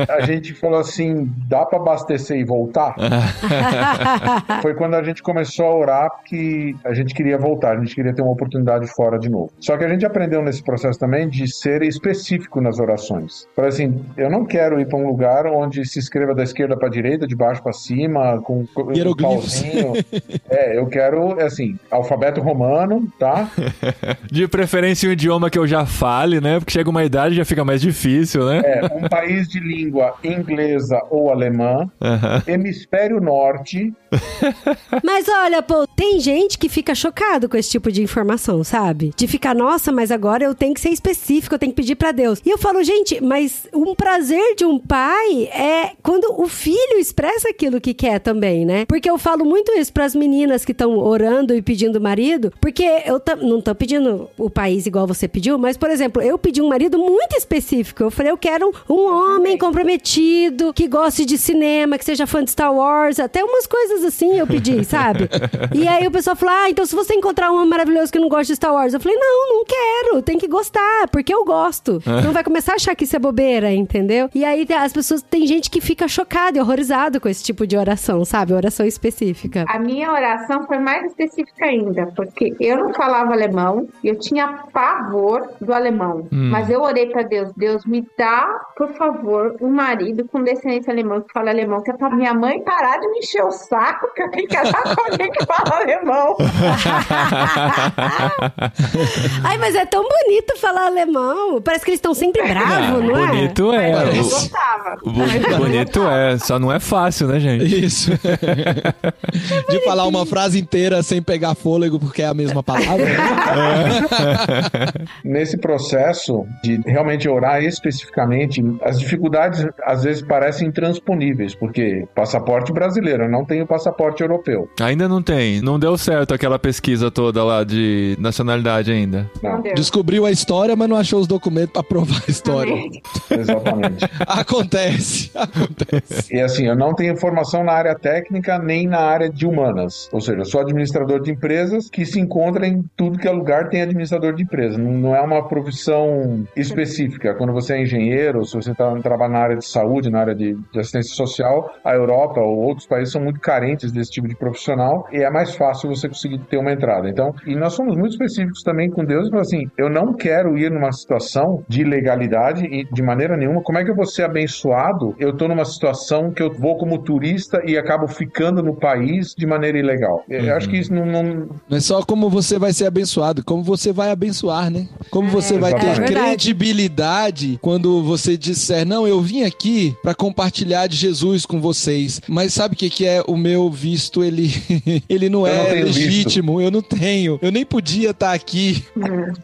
D: a gente falou assim: dá para abastecer e voltar? Foi quando a gente começou a orar que a gente queria voltar, a gente queria ter uma oportunidade fora de novo. Só que a gente aprendeu nesse processo também de ser específico nas orações. Falei assim, eu não quero ir para um lugar onde se escreva da esquerda para direita, de baixo para cima, com com um
C: Hieroglifos.
D: pauzinho. É, eu quero, assim, alfabeto romano, tá?
A: De preferência um idioma que eu já fale, né? Porque chega uma idade e já fica mais difícil, né? [LAUGHS]
D: É, um país de língua inglesa ou alemã,
A: Aham.
D: hemisfério norte,
B: Mas olha, pô, tem gente que fica chocado com esse tipo de informação, sabe? De ficar, nossa, mas agora eu tenho que ser específico, eu tenho que pedir pra Deus. E eu falo, gente, mas um prazer de um pai é quando o filho expressa aquilo que quer também, né? Porque eu falo muito isso pras meninas que estão orando e pedindo marido, porque eu ta- não tô pedindo o país igual você pediu, mas, por exemplo, eu pedi um marido muito específico. Eu falei, eu quero um, um homem comprometido, que goste de cinema, que seja fã de Star Wars, até umas coisas assim eu
E: [LAUGHS]
B: pedi, sabe? E aí o pessoal falou: ah, então se você encontrar um homem maravilhoso que não gosta de Star Wars, eu falei: não, não quero, tem que gostar, porque eu gosto.
E: Ah.
B: Não vai começar a achar que isso é bobeira, entendeu? E aí as pessoas, tem gente que fica chocada e horrorizada com esse tipo de oração, sabe? Oração específica.
E: A minha oração foi mais específica ainda, porque eu não falava alemão, eu tinha pavor do alemão. Mas eu orei para Deus, Deus me dá, por favor, um marido com descendência alemã que fala alemão, que é pra minha mãe [LAUGHS] parar de me encher o saco, que eu tenho que achar com alguém que fala alemão.
B: Ai, mas é tão bonito falar alemão. Parece que eles estão sempre bravos, não, é?
A: bonito é.
E: Eu
C: Mas-
A: O-
E: gostava.
A: o bo- bonito é, só não é fácil, né, gente?
C: Isso. De falar uma frase inteira sem pegar fôlego, porque é a mesma palavra. né?
D: Nesse processo de realmente orar especificamente, as dificuldades às vezes parecem intransponíveis, porque passaporte brasileiro, eu não tenho passaporte europeu. [LAUGHS]
A: Ainda não tem. Não deu certo aquela pesquisa toda lá de nacionalidade ainda.
E: Não deu.
C: Descobriu a história, mas não achou os documentos pra provar a história.
D: Exatamente.
C: Acontece. Acontece.
D: E assim, eu não tenho formação na área técnica nem na área de humanas. Ou seja, eu sou administrador de empresas que se encontra em tudo que é lugar tem administrador de empresa. Não, não é uma profissão específica. Quando você é engenheiro, se você tá, trabalha na área de saúde, na área de, de assistência social, a Europa ou outros países são muito carentes desse tipo de profissional e é mais fácil você conseguir ter uma entrada. Então, e nós somos muito específicos também com Deus, mas assim, eu não quero ir numa situação de ilegalidade e de maneira nenhuma. Como é que eu vou ser abençoado? Eu tô numa situação que eu vou como turista e acabo ficando no país de maneira ilegal. Eu acho que isso não, não-
C: Não é só como você vai ser abençoado, como você vai abençoar, né? Como você vai ter
D: É, Exatamente.
C: credibilidade quando você disser, não, eu vim aqui pra compartilhar de Jesus com vocês. Mas sabe o que, que é o meu visto? Ele, [LAUGHS] ele não
D: Eu não
C: é
D: tenho visto.
C: legítimo, eu não tenho. Eu nem podia estar aqui.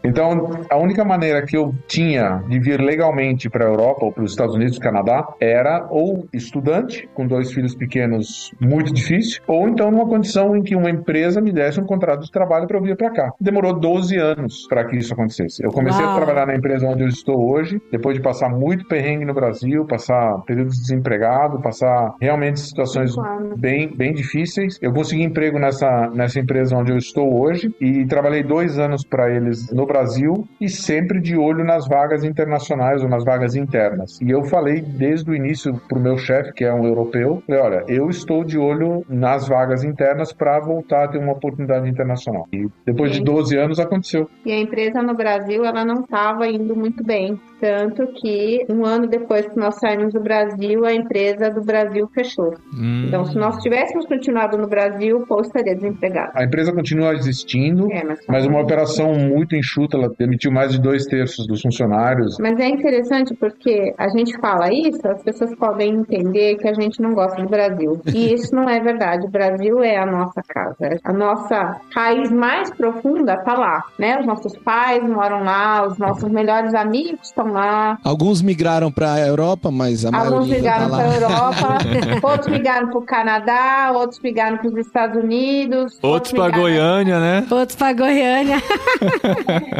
D: Então, a única maneira que eu tinha de vir legalmente para a Europa ou para os Estados Unidos, Canadá, era ou estudante com dois filhos pequenos, muito difícil, ou então numa condição em que uma empresa me desse um contrato de trabalho para eu vir para cá. Demorou 12 anos para que isso acontecesse. Eu comecei
B: Uau.
D: a trabalhar na empresa onde eu estou hoje, depois de passar muito perrengue no Brasil, passar períodos de desempregado, passar realmente situações
E: Claro.
D: bem, bem difíceis. Eu consegui emprego nessa, nessa empresa onde eu estou hoje e trabalhei dois anos para eles no Brasil e sempre de olho nas vagas internacionais ou nas vagas internas. E eu falei desde o início para o meu chefe, que é um europeu, falei, olha, eu estou de olho nas vagas internas para voltar a ter uma oportunidade internacional. E depois de 12 anos aconteceu.
E: E a empresa no Brasil, ela não estava indo muito bem. Tanto que um ano depois que nós saímos do Brasil, a empresa do Brasil fechou.
A: Hum.
E: Então, se nós tivéssemos continuado no Brasil, o povo estaria desempregado.
D: A empresa continua existindo,
E: É, mas...
D: mas uma operação muito enxuta, ela demitiu mais de dois terços dos funcionários.
E: Mas é interessante porque a gente fala isso, as pessoas podem entender que a gente não gosta do Brasil. E isso não é verdade. O Brasil é a nossa casa. A nossa raiz mais profunda tá lá, né? Os nossos pais moram lá, os nossos melhores amigos estão lá.
C: Alguns migraram pra Europa, mas a
E: Alguns
C: maioria tá
E: migraram
C: lá.
E: para a Europa, outros migraram para o Canadá, outros migraram para os Estados Unidos,
A: Outros pra
E: migraram-
A: Goiânia, né?
B: Outros pra Goiânia.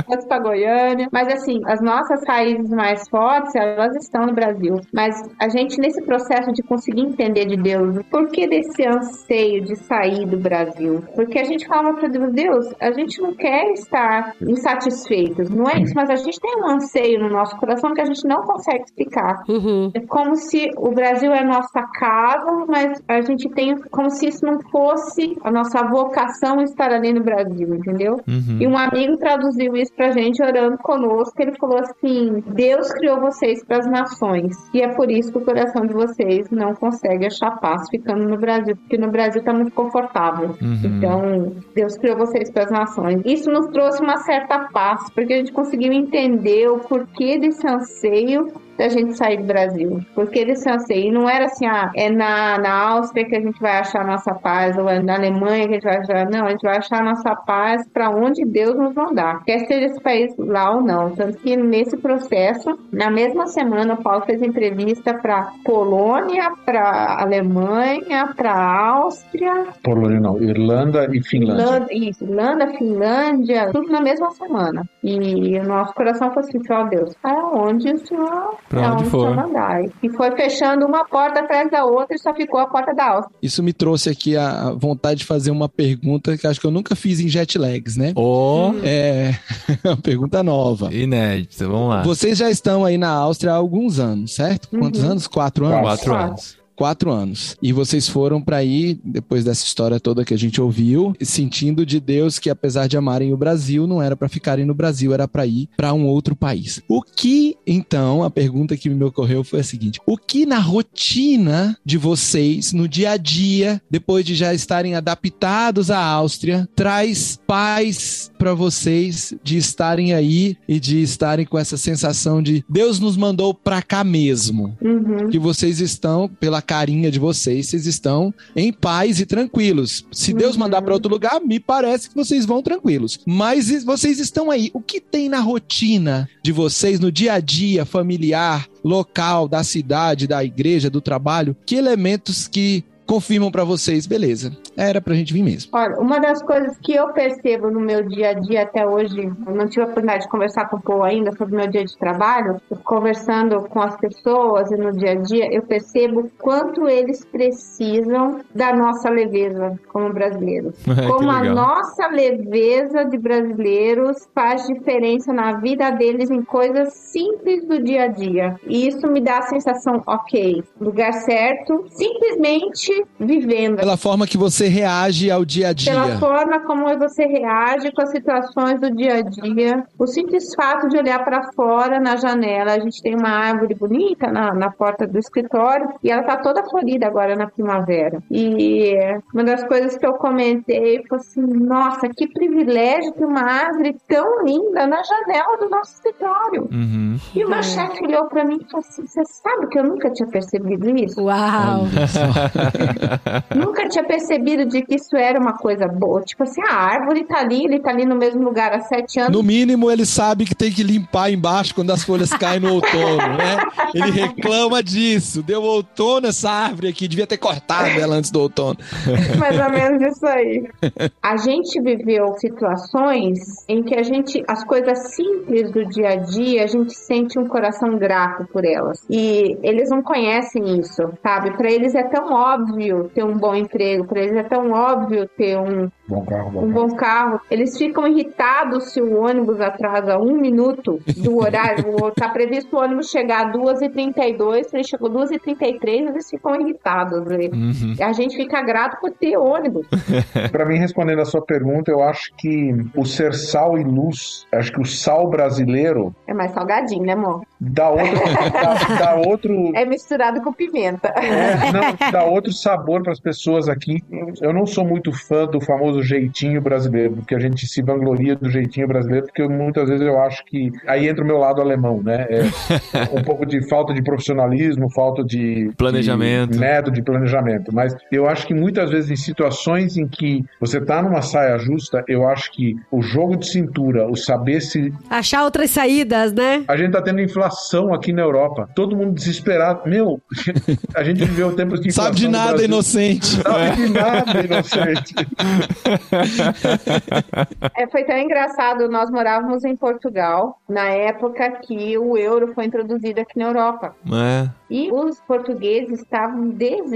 E: outros para Goiânia. Mas assim, as nossas raízes mais fortes, elas estão no Brasil. Mas a gente, nesse processo de conseguir entender de Deus, por que desse anseio de sair do Brasil? Porque a gente fala para Deus, Deus, a gente não quer estar insatisfeitos, não é isso? Mas a gente tem um anseio no nosso coração que a gente não consegue explicar.
B: Uhum.
E: É como se o Brasil é nossa casa, mas a gente tem como se isso não fosse a nossa vocação estar ali no Brasil, entendeu?
A: Uhum.
E: E um amigo traduziu isso pra gente orando conosco. Ele falou assim: Deus criou vocês pras nações, e é por isso que o coração de vocês não consegue achar paz ficando no Brasil, porque no Brasil tá muito confortável.
A: Uhum.
E: Então, Deus criou vocês pras nações. Isso nos trouxe uma certa paz, porque a gente conseguiu entender o porquê desse anseio da gente sair do Brasil. Porque desse anseio. E não era assim, ah, é na, na Áustria que a gente vai achar a nossa paz, ou é na Alemanha que a gente vai achar. Não, a gente vai achar a nossa paz para onde Deus nos mandar. Quer seja esse país lá ou não. Tanto que nesse processo, na mesma semana, o Paulo fez entrevista para Polônia, para Alemanha, para Áustria,
D: Polônia não, Irlanda e Finlândia.
E: Irlanda, isso, Irlanda, Finlândia, tudo na mesma semana. E o nosso coração foi assim, ó Deus, aonde o senhor,
A: Pra
E: aonde
A: onde
E: o senhor
A: for.
E: mandar. E foi fechando uma porta atrás da outra e só ficou a porta da Áustria.
C: Isso me trouxe aqui a a vontade de fazer uma pergunta que acho que eu nunca fiz em jet lags, né?
A: Ó,
C: É [LAUGHS] uma pergunta nova.
A: inédita, vamos lá.
C: Vocês já estão aí na Áustria há alguns anos, certo? Quantos
E: Uhum.
C: anos? Quatro anos?
D: Quatro.
A: Quatro anos. [LAUGHS]
C: Quatro anos. E vocês foram pra aí, depois dessa história toda que a gente ouviu, sentindo de Deus que apesar de amarem o Brasil, não era pra ficarem no Brasil, era pra ir pra um outro país. O que, então, a pergunta que me ocorreu foi a seguinte: o que na rotina de vocês, no dia a dia, depois de já estarem adaptados à Áustria, traz paz pra para vocês de estarem aí e de estarem com essa sensação de Deus nos mandou pra cá mesmo.
E: Uhum.
C: Que vocês estão, pela carinha de vocês, vocês estão em paz e tranquilos. Se Deus
E: Uhum.
C: mandar para outro lugar, me parece que vocês vão tranquilos. Mas e- vocês estão aí. O que tem na rotina de vocês, no dia a dia familiar, local, da cidade, da igreja, do trabalho? Que elementos que confirmam para vocês, beleza? Era pra gente vir mesmo.
E: Olha, uma das coisas que eu percebo no meu dia a dia até hoje, eu não tive a oportunidade de conversar com o povo ainda sobre o meu dia de trabalho, conversando com as pessoas e no dia a dia, eu percebo o quanto eles precisam da nossa leveza como brasileiros.
A: [LAUGHS] que
E: Como a
A: legal.
E: nossa leveza de brasileiros faz diferença na vida deles em coisas simples do dia a dia. E isso me dá a sensação, ok, lugar certo, simplesmente vivendo
C: Pela forma que você reage ao dia a dia.
E: pela forma como você reage com as situações do dia a dia. O simples fato de olhar para fora na janela, a gente tem uma árvore bonita na, na porta do escritório e ela tá toda florida agora na primavera. E uma das coisas que eu comentei foi assim: nossa, que privilégio ter uma árvore tão linda na janela do nosso escritório. [LAUGHS]
A: Uhum.
E: E o
B: É.
E: meu chefe olhou para mim e falou assim: você sabe que eu nunca tinha percebido isso?
B: Uau!
E: Nunca tinha percebido de que isso era uma coisa boa. Tipo assim, a árvore tá ali, ele tá ali no mesmo lugar há sete anos.
C: No mínimo, ele sabe que tem que limpar embaixo quando as folhas [LAUGHS] caem no outono, né? Ele reclama disso. Deu outono essa árvore aqui, devia ter cortado ela antes do outono.
E: [LAUGHS] Mais ou menos isso aí. A gente viveu situações em que a gente, as coisas simples do dia a dia, a gente sente um coração grato por elas. E eles não conhecem isso, sabe? Pra eles é tão óbvio ter um bom emprego, pra eles é tão óbvio ter um,
D: Bom carro, bom
E: um
D: carro.
E: bom carro. Eles ficam irritados se o ônibus atrasa um minuto do horário. O- tá previsto o ônibus chegar às 2h32, ele chegou às 2h33, eles ficam irritados. né?
A: Uhum.
E: A gente fica grato por ter ônibus.
D: Para mim, respondendo a sua pergunta, eu acho que o ser sal e luz, acho que o sal brasileiro
E: É mais salgadinho, né, amor?
D: dá outro, [LAUGHS] dá, dá outro
E: É misturado com pimenta.
D: É, [LAUGHS] não, dá outro sabor para as pessoas aqui. Eu não sou muito fã do famoso jeitinho brasileiro, porque a gente se vangloria do jeitinho brasileiro, porque eu, muitas vezes eu acho que. Aí entra o meu lado alemão, né?
C: [LAUGHS]
D: É um pouco de falta de profissionalismo, falta de.
A: Planejamento.
D: De método de planejamento. Mas eu acho que muitas vezes em situações em que você está numa saia justa, eu acho que o jogo de cintura, o saber se
B: Achar outras saídas, né?
D: a gente tá tendo inflação aqui na Europa. Todo mundo desesperado. Meu, [LAUGHS] a gente viveu tempos de inflação.
C: Sabe de
D: no
C: nada,
D: Brasil.
C: inocente.
D: Sabe Tá de nada, [LAUGHS] inocente.
E: É, foi tão engraçado. Nós morávamos em Portugal na época que o euro foi introduzido aqui na Europa.
A: É.
E: E os portugueses estavam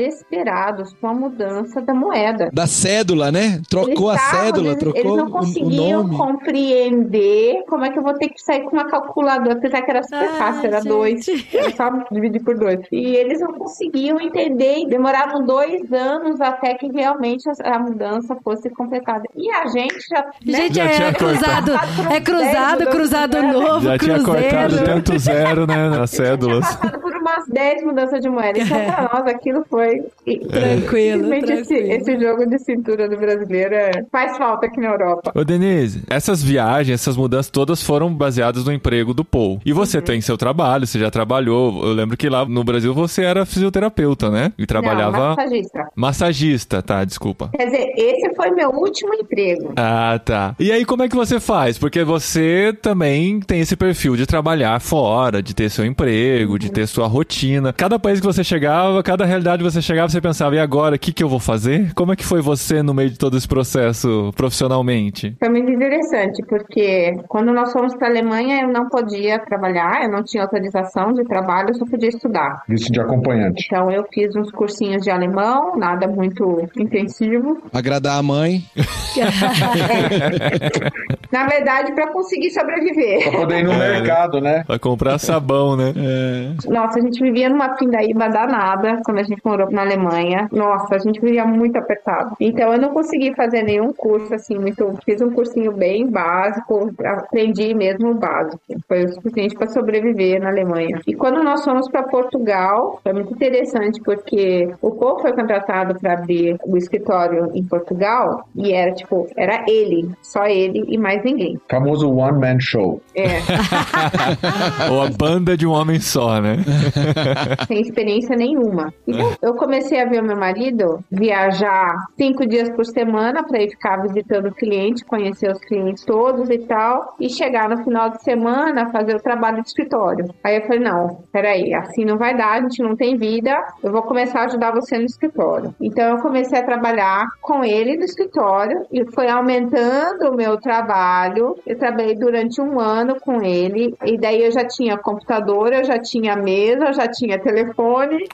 E: desesperados com a mudança da moeda.
C: Da cédula, né? Trocou a
E: eles estavam
C: cédula,
E: des-
C: trocou
E: né? Eles não
C: o, o
E: conseguiam
C: nome.
E: compreender como é que eu vou ter que sair com uma calculadora, apesar que era super fácil, era dois. Era só dividir por dois. E eles não conseguiam entender, e demoraram dois anos até que realmente a, a mudança fosse completada. E a gente já. né,
B: Gente,
A: Já
B: é
A: tinha
B: cruzado,
E: cortado.
B: é cruzado, cruzado novo,
A: Já tinha cortado
B: cruzeiro.
A: tanto zero, né? Nas cédulas.
E: Passado por umas 10 mudanças de moeda. Então, pra
B: [LAUGHS]
E: nós, aquilo foi.
C: É.
B: Tranquilo,
E: Simplesmente esse,
B: tranquilo.
E: esse jogo de cintura do brasileiro é- faz falta aqui na Europa.
A: Ô, Denise, essas viagens, essas mudanças todas foram baseadas no emprego do Paul. E você tem seu trabalho, você já trabalhou. Eu lembro que lá no Brasil você era fisioterapeuta, né? E trabalhava.
E: Não, massagista.
A: Massagista, tá, desculpa.
E: Quer dizer, esse foi meu último emprego.
A: Ah, tá. E aí, como é que você faz? Porque você também tem esse perfil de trabalhar fora, de ter seu emprego, de ter sua rotina. Cada país que você chegava, cada realidade que você chegava, você pensava, e agora, o que, que eu vou fazer? Como é que foi você no meio de todo esse processo profissionalmente?
E: Foi muito interessante, porque quando nós fomos para a Alemanha, eu não podia trabalhar, eu não tinha autorização de trabalho, eu só podia estudar.
D: Isso de acompanhante.
E: Então, eu fiz uns cursinhos de alemão, nada muito intensivo,
C: Agradar a mãe.
E: na verdade, para conseguir sobreviver.
D: Pra poder ir no mercado, né?
A: Vai comprar sabão, né?
E: Nossa, a gente vivia numa pindaíba danada quando a gente morou na Alemanha. Nossa, a gente vivia muito apertado. Então eu não consegui fazer nenhum curso assim, muito. Fiz um cursinho bem básico, aprendi mesmo o básico. Foi o suficiente para sobreviver na Alemanha. E quando nós fomos para Portugal, foi muito interessante porque o Paul foi contratado para abrir o escritório em Portugal e era tipo, era ele, só ele e mais ninguém.
D: Famoso One Man Show.
E: É.
A: Ou a banda de um homem só, né?
E: sem experiência nenhuma. Então, eu comecei a ver o meu marido viajar cinco dias por semana para ir ficar visitando o cliente, conhecer os clientes todos e tal, e chegar no final de semana fazer o trabalho de escritório. Aí eu falei: não, peraí, assim não vai dar, a gente não tem vida, eu vou começar a ajudar você no escritório. Então, eu comecei a trabalhar com ele no escritório e foi aumentando o meu trabalho. Eu trabalhei durante um ano com ele, e daí eu já tinha computador, eu já tinha mesa, eu já tinha telefone.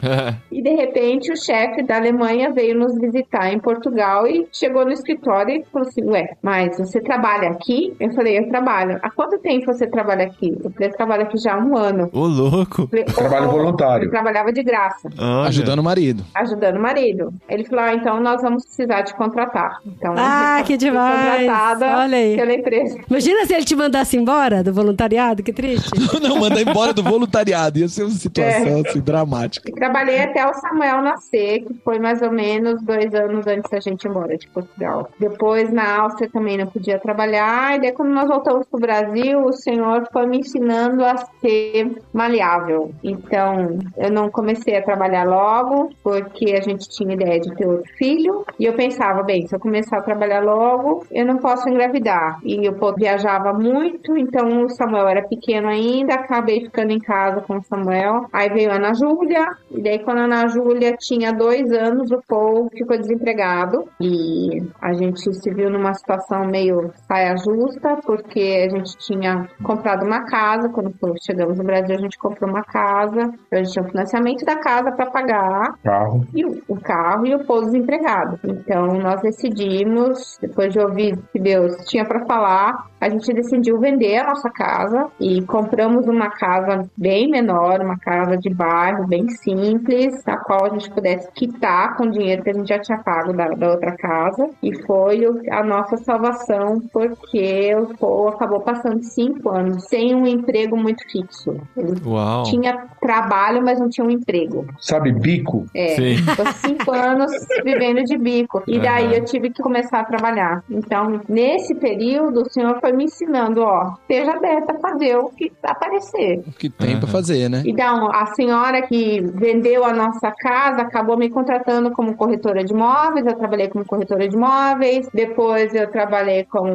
E: E de repente o chefe da Alemanha veio nos visitar em Portugal e chegou no escritório e falou assim: Ué, mas você trabalha aqui? Eu falei: Eu trabalho. Há quanto tempo você trabalha aqui? Eu falei: Eu trabalho aqui já há um ano.
A: Ô, louco.
E: Eu falei, "Oh,
D: Trabalho
E: oh."
D: voluntário.
E: Eu trabalhava de graça,
A: Olha.
C: Ajudando o marido. [LAUGHS]
E: ajudando o marido. Ele falou: ah, então nós vamos precisar te contratar. Então,
B: Ah,
E: eu
B: que
E: fui
B: demais.
E: Contratada
B: Olha aí.
E: pela empresa.
B: [LAUGHS] Imagina se ele te mandasse embora do voluntariado, que triste.
C: Não, manda embora do voluntariado. Ia ser uma
E: É.
C: situação assim, dramática.
E: E trabalhei até o Samuel nascer, que foi mais ou menos dois anos antes da gente ir embora de Portugal. Depois, na Áustria, também não podia trabalhar. E daí, quando nós voltamos pro Brasil, o senhor foi me ensinando a ser maleável. Então, eu não comecei a trabalhar logo, porque a gente tinha ideia de ter outro filho. E eu pensava, bem, se eu começar a trabalhar logo, eu não posso engravidar. E eu pô, viajava muito, então o Samuel era pequeno ainda, acabei ficando em casa com o Samuel. Aí veio a Ana Júlia, e daí quando a Ana Júlia tinha dois anos, o Paul ficou desempregado. E a gente se viu numa situação meio saia justa, porque a gente tinha comprado uma casa. Quando chegamos no Brasil, a gente comprou uma casa. Então a gente tinha o financiamento da casa para pagar
D: Carro.
E: e o o carro e o pouso desempregado. Então nós decidimos, depois de ouvir o que Deus tinha para falar, a gente decidiu vender a nossa casa e compramos uma casa bem menor, uma casa de bairro bem simples, na qual a gente pudesse quitar com o dinheiro que a gente já tinha pago da, da outra casa. E foi o- a nossa salvação, porque o Paul acabou passando cinco anos sem um emprego muito fixo. Ele
A: Uau.
E: tinha trabalho, mas não tinha um emprego.
D: Sabe, bico?
E: É.
A: Sim.
E: Tô cinco anos vivendo de bico. E daí
A: Aham.
E: eu tive que começar a trabalhar. Então, nesse período, o senhor foi me ensinando, ó, esteja aberta a fazer o que aparecer.
C: O que tem
A: Aham.
C: pra fazer, né?
E: Então, a senhora que vendeu a nossa casa acabou me contratando como corretora de imóveis. Eu trabalhei como corretora de imóveis. Depois, eu trabalhei como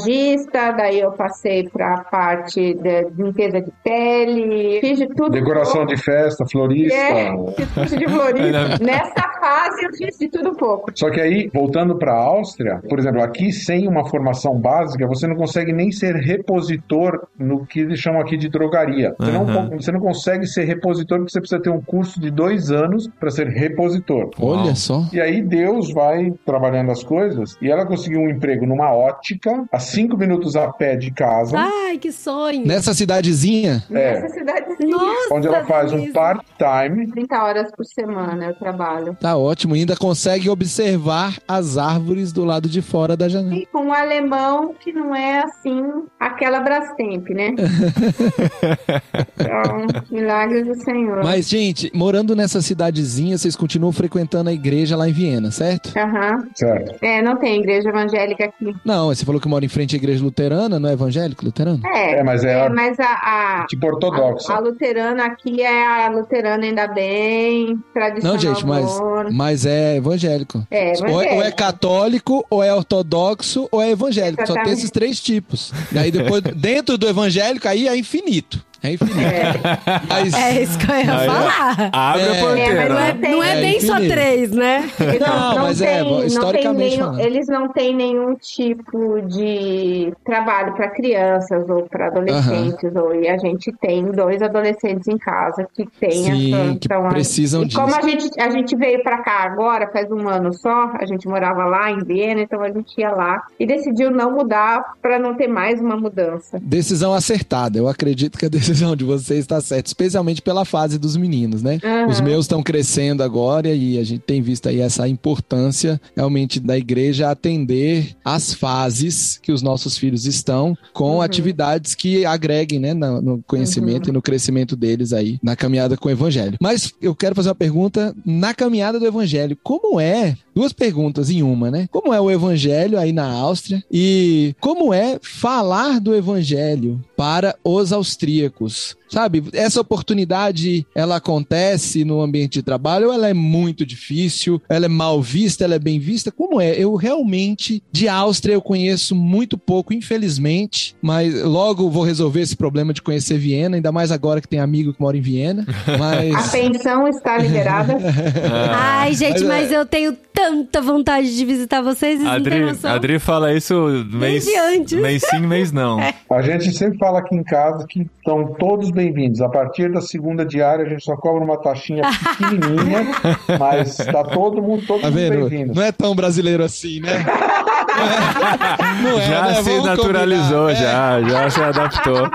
E: massagista. Daí, eu passei para a parte de limpeza de pele. Fiz de tudo.
D: Decoração de festa, florista.
E: É, fiz curso de florista. Nessa fase eu fiz de tudo um pouco.
D: Só que aí, voltando para a Áustria, por exemplo, aqui sem uma formação básica, você não consegue nem ser repositor no que eles chamam aqui de drogaria. Você,
A: Aham.
D: não, você não consegue ser repositor porque você precisa ter um curso de dois anos para ser repositor.
A: Uau.
C: Olha só.
D: E aí Deus vai trabalhando as coisas e ela conseguiu um emprego numa ótica, a cinco minutos a pé de casa,
B: Ai, que sonho.
C: Nessa cidadezinha,
D: É.
E: Nessa cidade,
B: Nossa,
D: onde ela faz um
B: Luísa.
D: part-time.
E: 30 horas por semana eu trabalho.
C: tá ótimo. Ainda consegue observar as árvores do lado de fora da janela.
E: E com um alemão que não é assim, aquela Brastemp,
D: [LAUGHS]
E: né? então, milagres do Senhor.
C: Mas, gente, morando nessa cidadezinha, vocês continuam frequentando a igreja lá em Viena, certo?
E: Aham.
D: Certo.
E: É, não tem igreja evangélica aqui.
C: Não, você falou que mora em frente à igreja luterana, não é evangélico luterano?
E: É,
D: É, mas
E: é,
D: é
E: mas a, a,
D: tipo
E: a, a
D: ortodoxa.
E: luterana aqui é a luterana ainda bem, tradicional.
C: Não, gente, mas,
E: boa.
C: mas é evangélico.
E: É, mas
C: Ou é, ou é católico, ou é ortodoxo, ou é evangélico. Só tem
E: Exatamente.
C: esses três tipos. E aí depois, dentro do evangélico, aí é infinito. É infinito. [LAUGHS]
E: É.
C: Mas,
B: É isso que eu ia
A: Aí,
B: falar.
A: Abre a
C: É,
A: porteira.
E: mas
B: Não é, não é
C: É,
B: bem só
C: infinito.
B: três, né?
E: Eles
C: Não, mas é,
E: não
C: historicamente
E: nenhum-
C: falando.
E: Eles não têm nenhum tipo de trabalho para crianças ou para adolescentes. Ou, e a gente tem dois adolescentes em casa que têm
C: Sim,
E: essa.
C: que
E: então, a-
C: precisam
E: e
C: disso.
E: como a gente, a gente veio para cá agora, faz um ano só, a gente morava lá em Viena, então a gente ia lá e decidiu não mudar para não ter mais uma mudança.
C: Decisão acertada. Eu acredito que a decisão de vocês está certa, especialmente pela fase dos meninos, né?
E: Aham.
C: Os meus estão crescendo agora e a gente tem visto aí essa importância realmente da igreja atender às fases que os nossos filhos estão com
E: Uhum.
C: atividades que agreguem, né, na- no conhecimento e no crescimento deles aí na caminhada com o evangelho. Mas eu quero fazer uma pergunta na caminhada do evangelho, como é? Duas perguntas em uma, né? Como é o evangelho aí na Áustria e como é falar do evangelho para os austríacos? Sabe, essa oportunidade ela acontece no ambiente de trabalho, ou ela é muito difícil, ela é mal vista, ela é bem vista. Como é? Eu realmente, de Áustria, eu conheço muito pouco, infelizmente, mas logo vou resolver esse problema de conhecer Viena, ainda mais agora que tem amigo que mora em [LAUGHS] Viena.
E: A
C: Mas.
E: pensão está liberada.
C: [LAUGHS]
A: É. Ah,
B: Ai, gente,
C: Mas,
B: mas eu tenho tanta vontade de visitar vocês, vocês não têm
A: Adri,
B: noção.
A: Adri fala isso mês,
B: Desde antes.
A: mês sim, mês não.
D: A gente sempre fala aqui em casa que estão todos bem-vindos. A partir da segunda diária, a gente só cobra uma taxinha
B: [LAUGHS]
D: pequenininha, mas está todo mundo, todo
C: Tá
D: mundo
C: vendo?
D: bem-vindo.
C: Não é tão brasileiro assim, né? Não é,
A: já
C: né?
A: se
C: Vamos
A: naturalizou,
C: combinar,
A: já, já se adaptou.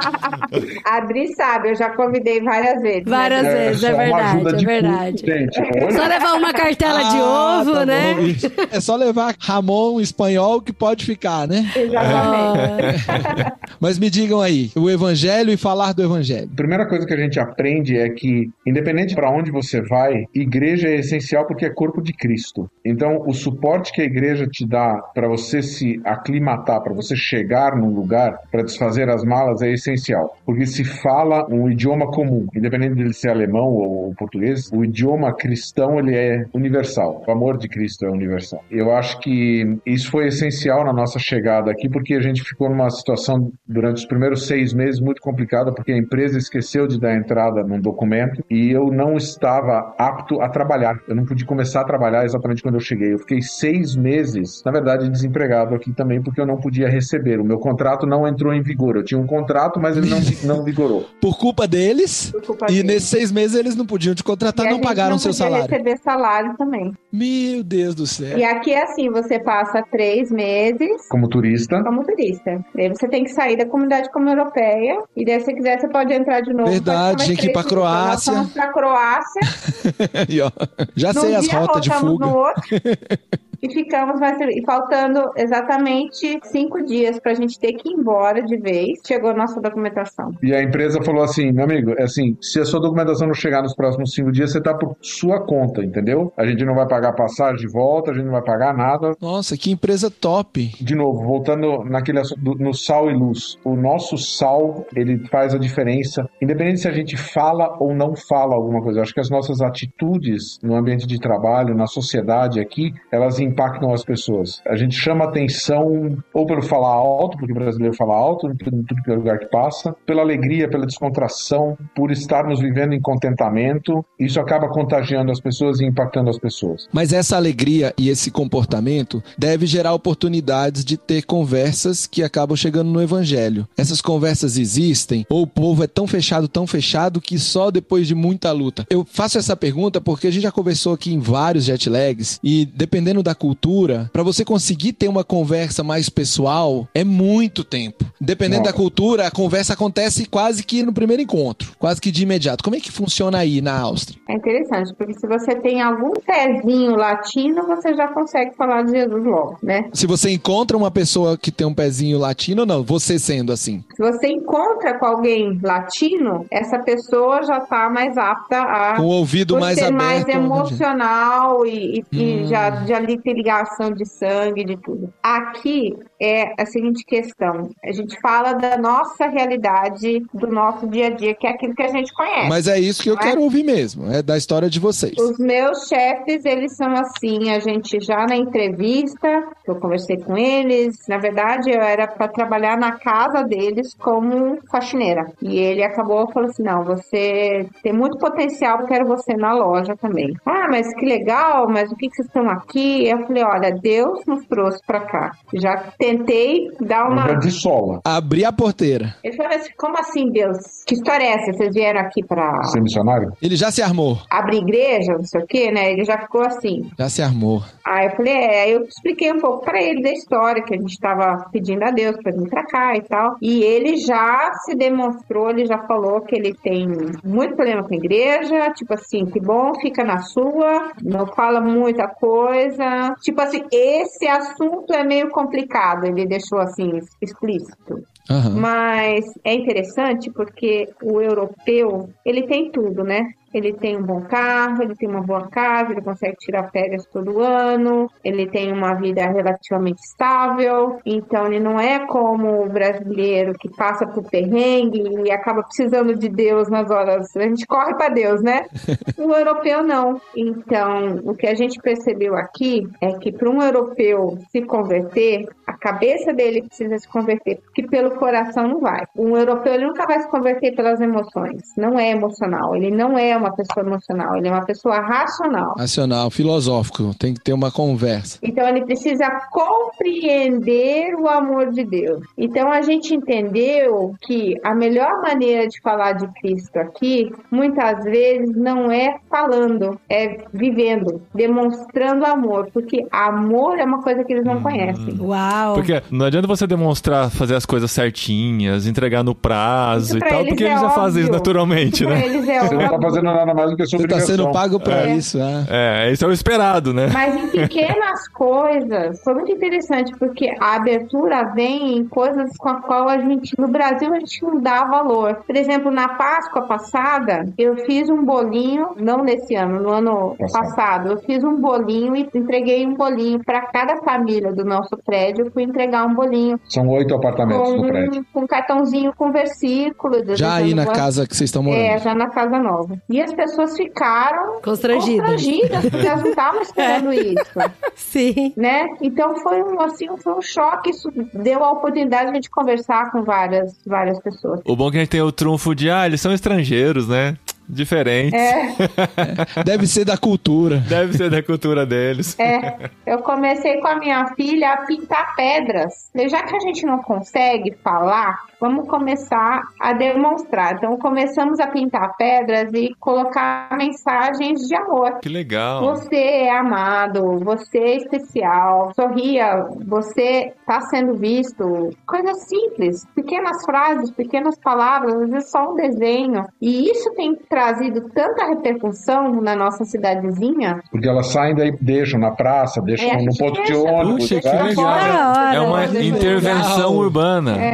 E: A Adri sabe, eu já convidei várias vezes. né?
B: Várias vezes,
D: só
B: é
D: uma
B: verdade,
D: ajuda
B: é
D: de custo,
B: verdade.
D: gente. Olha,
B: Só levar uma cartela de
C: Ah,
B: ovo,
C: tá
B: né?
C: bom. [LAUGHS] É só levar Ramon espanhol que pode ficar, né?
E: Exatamente.
B: Ah,
C: Mas me digam aí, o evangelho e falar do evangelho.
D: A primeira coisa que a gente aprende é que, independente para onde você vai, igreja é essencial porque é corpo de Cristo. Então, o suporte que a igreja te dá para você se aclimatar, para você chegar num lugar, para desfazer as malas, é essencial. Porque se fala um idioma comum, independente dele ser alemão ou português, o idioma cristão ele é universal. O amor de Cristo é universal. Eu acho que isso foi essencial na nossa chegada aqui, porque a gente ficou numa situação durante os primeiros seis meses muito complicada, porque a empresa esqueceu de dar entrada num documento e eu não estava apto a trabalhar. Eu não pude começar a trabalhar exatamente quando eu cheguei. Eu fiquei seis meses, na verdade, desempregado aqui também, porque eu não podia receber. O meu contrato não entrou em vigor. Eu tinha um contrato, mas ele não, não vigorou.
C: Por culpa deles,
E: Por culpa
C: e
E: dele.
C: nesses seis meses eles não podiam te contratar,
E: E
C: Tá,
E: a
C: não
E: gente
C: pagaram seu
E: podia
C: salário.
E: receber salário também.
C: Meu Deus do céu.
E: E aqui é assim, você passa três meses
D: Como turista,
E: como turista. Daí você tem que sair da comunidade como europeia. E daí, se quiser, você pode entrar de novo.
C: Verdade,
E: Mas mais
C: tinha que ir
E: três
C: pra
E: meses.
C: Croácia.
E: Nós fomos pra Croácia.
C: Aí, ó. Já
E: Num
C: sei as
E: dia
C: rotas de
E: voltamos
C: fuga. [LAUGHS]
E: No outro, e ficamos mais. E faltando exatamente cinco dias pra gente ter que ir embora de vez. Chegou a nossa documentação.
D: E a empresa falou assim, meu amigo, é assim, se a sua documentação não chegar nos próximos cinco dias, você tá por sua conta, entendeu? A gente não vai pagar passagem de volta, a gente não vai pagar nada.
C: Nossa, que empresa top.
D: De novo, voltando naquele assunto do- no sal e luz. O nosso sal, ele faz a diferença, independente se a gente fala ou não fala alguma coisa. Eu acho que as nossas atitudes no ambiente de trabalho, na sociedade aqui, elas impactam as pessoas. A gente chama atenção ou pelo falar alto, porque o brasileiro fala alto em tudo, em tudo que é lugar que passa, pela alegria, pela descontração, por estarmos vivendo em contentamento. Isso acaba contagiando as pessoas e impactando as pessoas.
C: Mas essa alegria e esse comportamento deve gerar oportunidades de ter conversas que acabam chegando no evangelho. Essas conversas existem ou o povo é tão fechado, tão fechado que só depois de muita luta. Eu faço essa pergunta porque a gente já conversou aqui em vários jet lags e dependendo da cultura, para você conseguir ter uma conversa mais pessoal é muito tempo. Dependendo
D: Nossa.
C: da cultura, a conversa acontece quase que no primeiro encontro, quase que de imediato. Como é que funciona aí na Áustria?
E: É interessante, porque se você tem algum pezinho latino, você já consegue falar de Jesus logo, né?
C: Se você encontra uma pessoa que tem um pezinho latino, não, você sendo assim.
E: Se você encontra com alguém latino, essa pessoa já tá mais apta a
C: Com o ouvido
E: Ah, por
C: mais
E: ser
C: aberto. né,
E: mais
C: ao evangelho.
E: emocional e, e- e
C: Hum.
E: já, já ali tem ligação de sangue, de tudo. Aqui é a seguinte questão: a gente fala da nossa realidade, do nosso dia a dia, que é aquilo que a gente conhece.
C: Mas é isso que eu
E: Não é?
C: quero ouvir mesmo, é da história de vocês.
E: Os meus chefes, eles são assim, a gente já na entrevista, que eu conversei com eles, na verdade eu era para trabalhar na casa deles como faxineira. E ele acabou falando assim: "Não, você tem muito potencial, eu quero você na loja também". Ah, mas que legal, mas o que que vocês estão aqui? Eu falei: "Olha, Deus nos trouxe para cá. Já tentei dar uma.
D: de sola.
C: Abri a porteira.
E: Ele falou assim: como assim, Deus? Que história é essa? Vocês vieram aqui pra
D: Ser é missionário?
C: Ele já se armou.
E: abrir igreja, não sei o quê, né? Ele já ficou assim.
C: Já se armou.
E: Aí eu falei: é, aí eu expliquei um pouco pra ele da história, que a gente tava pedindo a Deus pra vir pra cá e tal. E ele já se demonstrou, ele já falou que ele tem muito problema com a igreja, tipo assim, que bom, fica na sua, não fala muita coisa. Tipo assim, esse assunto é meio complicado, ele deixou assim, explícito.
C: Aham.
E: Mas é interessante porque o europeu, ele tem tudo, né? Ele tem um bom carro, ele tem uma boa casa, ele consegue tirar férias todo ano, ele tem uma vida relativamente estável. Então, ele não é como o brasileiro que passa por perrengue e acaba precisando de Deus nas horas. A gente corre para Deus, né? O europeu não. Então, o que a gente percebeu aqui é que para um europeu se converter, a cabeça dele precisa se converter, porque pelo coração não vai. Um europeu ele nunca vai se converter pelas emoções. Não é emocional. Ele não é uma pessoa emocional. Ele é uma pessoa racional.
C: Racional, filosófico. Tem que ter uma conversa.
E: Então ele precisa compreender o amor de Deus. Então a gente entendeu que a melhor maneira de falar de Cristo aqui, muitas vezes não é falando, é vivendo, demonstrando amor, porque amor é uma coisa que eles não conhecem.
B: Uau.
A: Porque não adianta você demonstrar, fazer as coisas certinhas, entregar no prazo
E: Isso
A: e
E: pra
A: tal,
E: eles
A: porque
E: é
A: eles já fazem isso
E: óbvio.
A: naturalmente,
E: Pra
A: né?
E: eles é
D: Você não tá
E: óbvio.
D: fazendo nada mais do que sua
C: Você tá
D: obrigação.
C: sendo pago pra
E: É.
C: isso, né?
A: É, esse é o esperado, né?
E: Mas em pequenas [LAUGHS] coisas, foi muito interessante, porque a abertura vem em coisas com a qual a gente, no Brasil, a gente não dá valor. Por exemplo, na Páscoa passada, eu fiz um bolinho, não nesse ano, no ano
C: É
D: Passado.
E: passado, eu fiz um bolinho e entreguei um bolinho para cada família do nosso prédio, eu fui entregar um bolinho
D: São oito apartamentos no prédio.
E: com, com um cartãozinho com versículo.
C: Já aí
E: desejando
C: na
E: boa-
C: casa que vocês estão
E: É,
C: morando.
E: já na casa nova. E as pessoas ficaram
B: Constrangida.
E: Constrangidas, porque elas não estavam esperando isso,
B: [LAUGHS] Sim.
E: né? Então foi um, assim, foi um choque, isso deu a oportunidade de a gente conversar com várias, várias pessoas.
A: O bom é que a gente tem o trunfo de, ah, eles são estrangeiros, né? Diferentes.
C: Deve ser da cultura.
A: Deve ser da cultura deles.
E: É, eu comecei com a minha filha a pintar pedras. Eu, Já que a gente não consegue falar, vamos começar a demonstrar. Então começamos a pintar pedras e colocar mensagens de amor.
A: Que legal.
E: Você é amado, você é especial, sorria, você está sendo visto. Coisas simples, pequenas frases, pequenas palavras, às vezes só um desenho. E isso tem trazido tanta repercussão na nossa cidadezinha.
D: Porque elas saem daí, deixam na praça, deixam
E: É, a
D: no
E: gente
D: ponto de
E: deixa.
D: ônibus.
A: Puxa, que
D: sabe?
A: legal.
B: Ora,
A: É uma
E: Legal.
A: intervenção urbana.
E: É,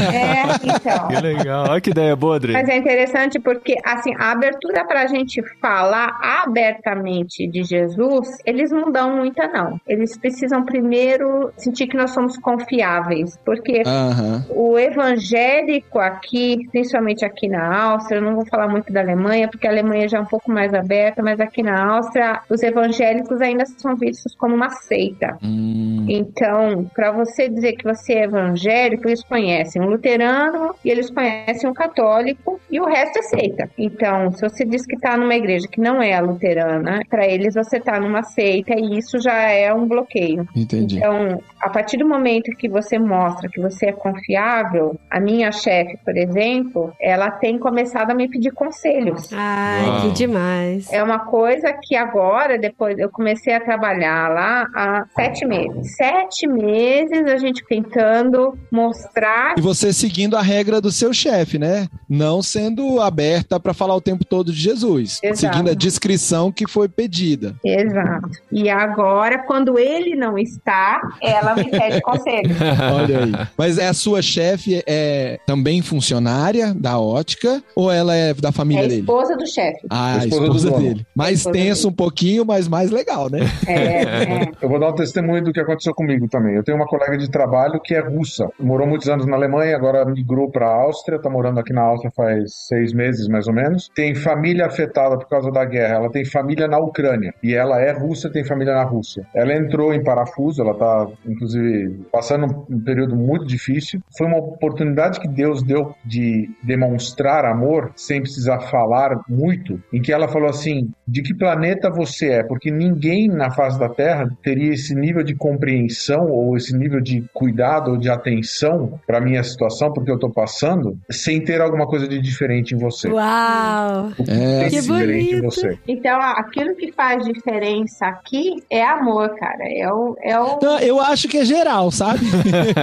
E: é
A: [LAUGHS]
E: então.
A: Que legal. Olha que ideia boa, Adri.
E: Mas é interessante porque, assim, a abertura para a gente falar abertamente de Jesus, eles não dão muita, não. Eles precisam primeiro sentir que nós somos confiáveis,
C: Ah.
E: porque
C: Aham.
E: o evangélico aqui, principalmente aqui na Áustria, eu não vou falar muito da Alemanha, porque a Alemanha já é um pouco mais aberta, mas aqui na Áustria, os evangélicos ainda são vistos como uma seita.
C: Hum.
E: Então, para você dizer que você é evangélico, eles conhecem um luterano e eles conhecem um católico e o resto é seita. Então, se você diz que está numa igreja que não é a luterana, para eles você está numa seita e isso já é um bloqueio.
C: Entendi.
E: Então, a partir do momento que você mostra que você é confiável, a minha chefe, por exemplo, ela tem começado a me pedir conselhos.
B: Ai,
A: Uau.
B: que demais.
E: É uma coisa que agora, depois, eu comecei a trabalhar lá há sete meses. Sete meses a gente tentando mostrar
C: E você seguindo a regra do seu chefe, né? Não sendo aberta pra falar o tempo todo de Jesus.
E: Exato.
C: Seguindo a descrição que foi pedida.
E: é Exato. E agora, quando ele não está, ela
C: [LAUGHS]
E: me pede conselhos.
C: Olha aí. [LAUGHS] Mas é a sua chefe é também funcionária da ótica ou ela é da
E: É a
C: família dele?
E: esposa do chefe.
C: Ah, a
D: Esposa do
C: esposa
D: dono.
C: dele. Mais
E: Esposa
C: tenso um pouquinho, mas mais legal,
E: [LAUGHS]
C: né? [LAUGHS]
E: É, é.
D: Eu vou dar um testemunho do que aconteceu comigo também. Eu tenho uma colega de trabalho que é russa. Morou muitos anos na Alemanha, agora migrou para a Áustria. Está morando aqui na Áustria faz seis meses, mais ou menos. Tem família afetada por causa da guerra. Ela tem família na Ucrânia. E ela é russa, tem família na Rússia. Ela entrou em parafuso, ela está inclusive passando um período muito difícil. Foi uma oportunidade que Deus deu de demonstrar amor sem precisar falar muito, em que ela falou assim: de que planeta você é? Porque ninguém na face da Terra teria esse nível de compreensão ou esse nível de cuidado ou de atenção para minha situação, porque eu estou passando, sem ter alguma coisa de diferente em você.
B: Uau!
D: O que
C: É.
D: tem de
B: que
D: diferente em
B: bonito.
D: você?
E: Então, ó, aquilo que faz diferença aqui é amor, cara. É o. É o...
C: Não, eu acho que é geral, sabe? [LAUGHS]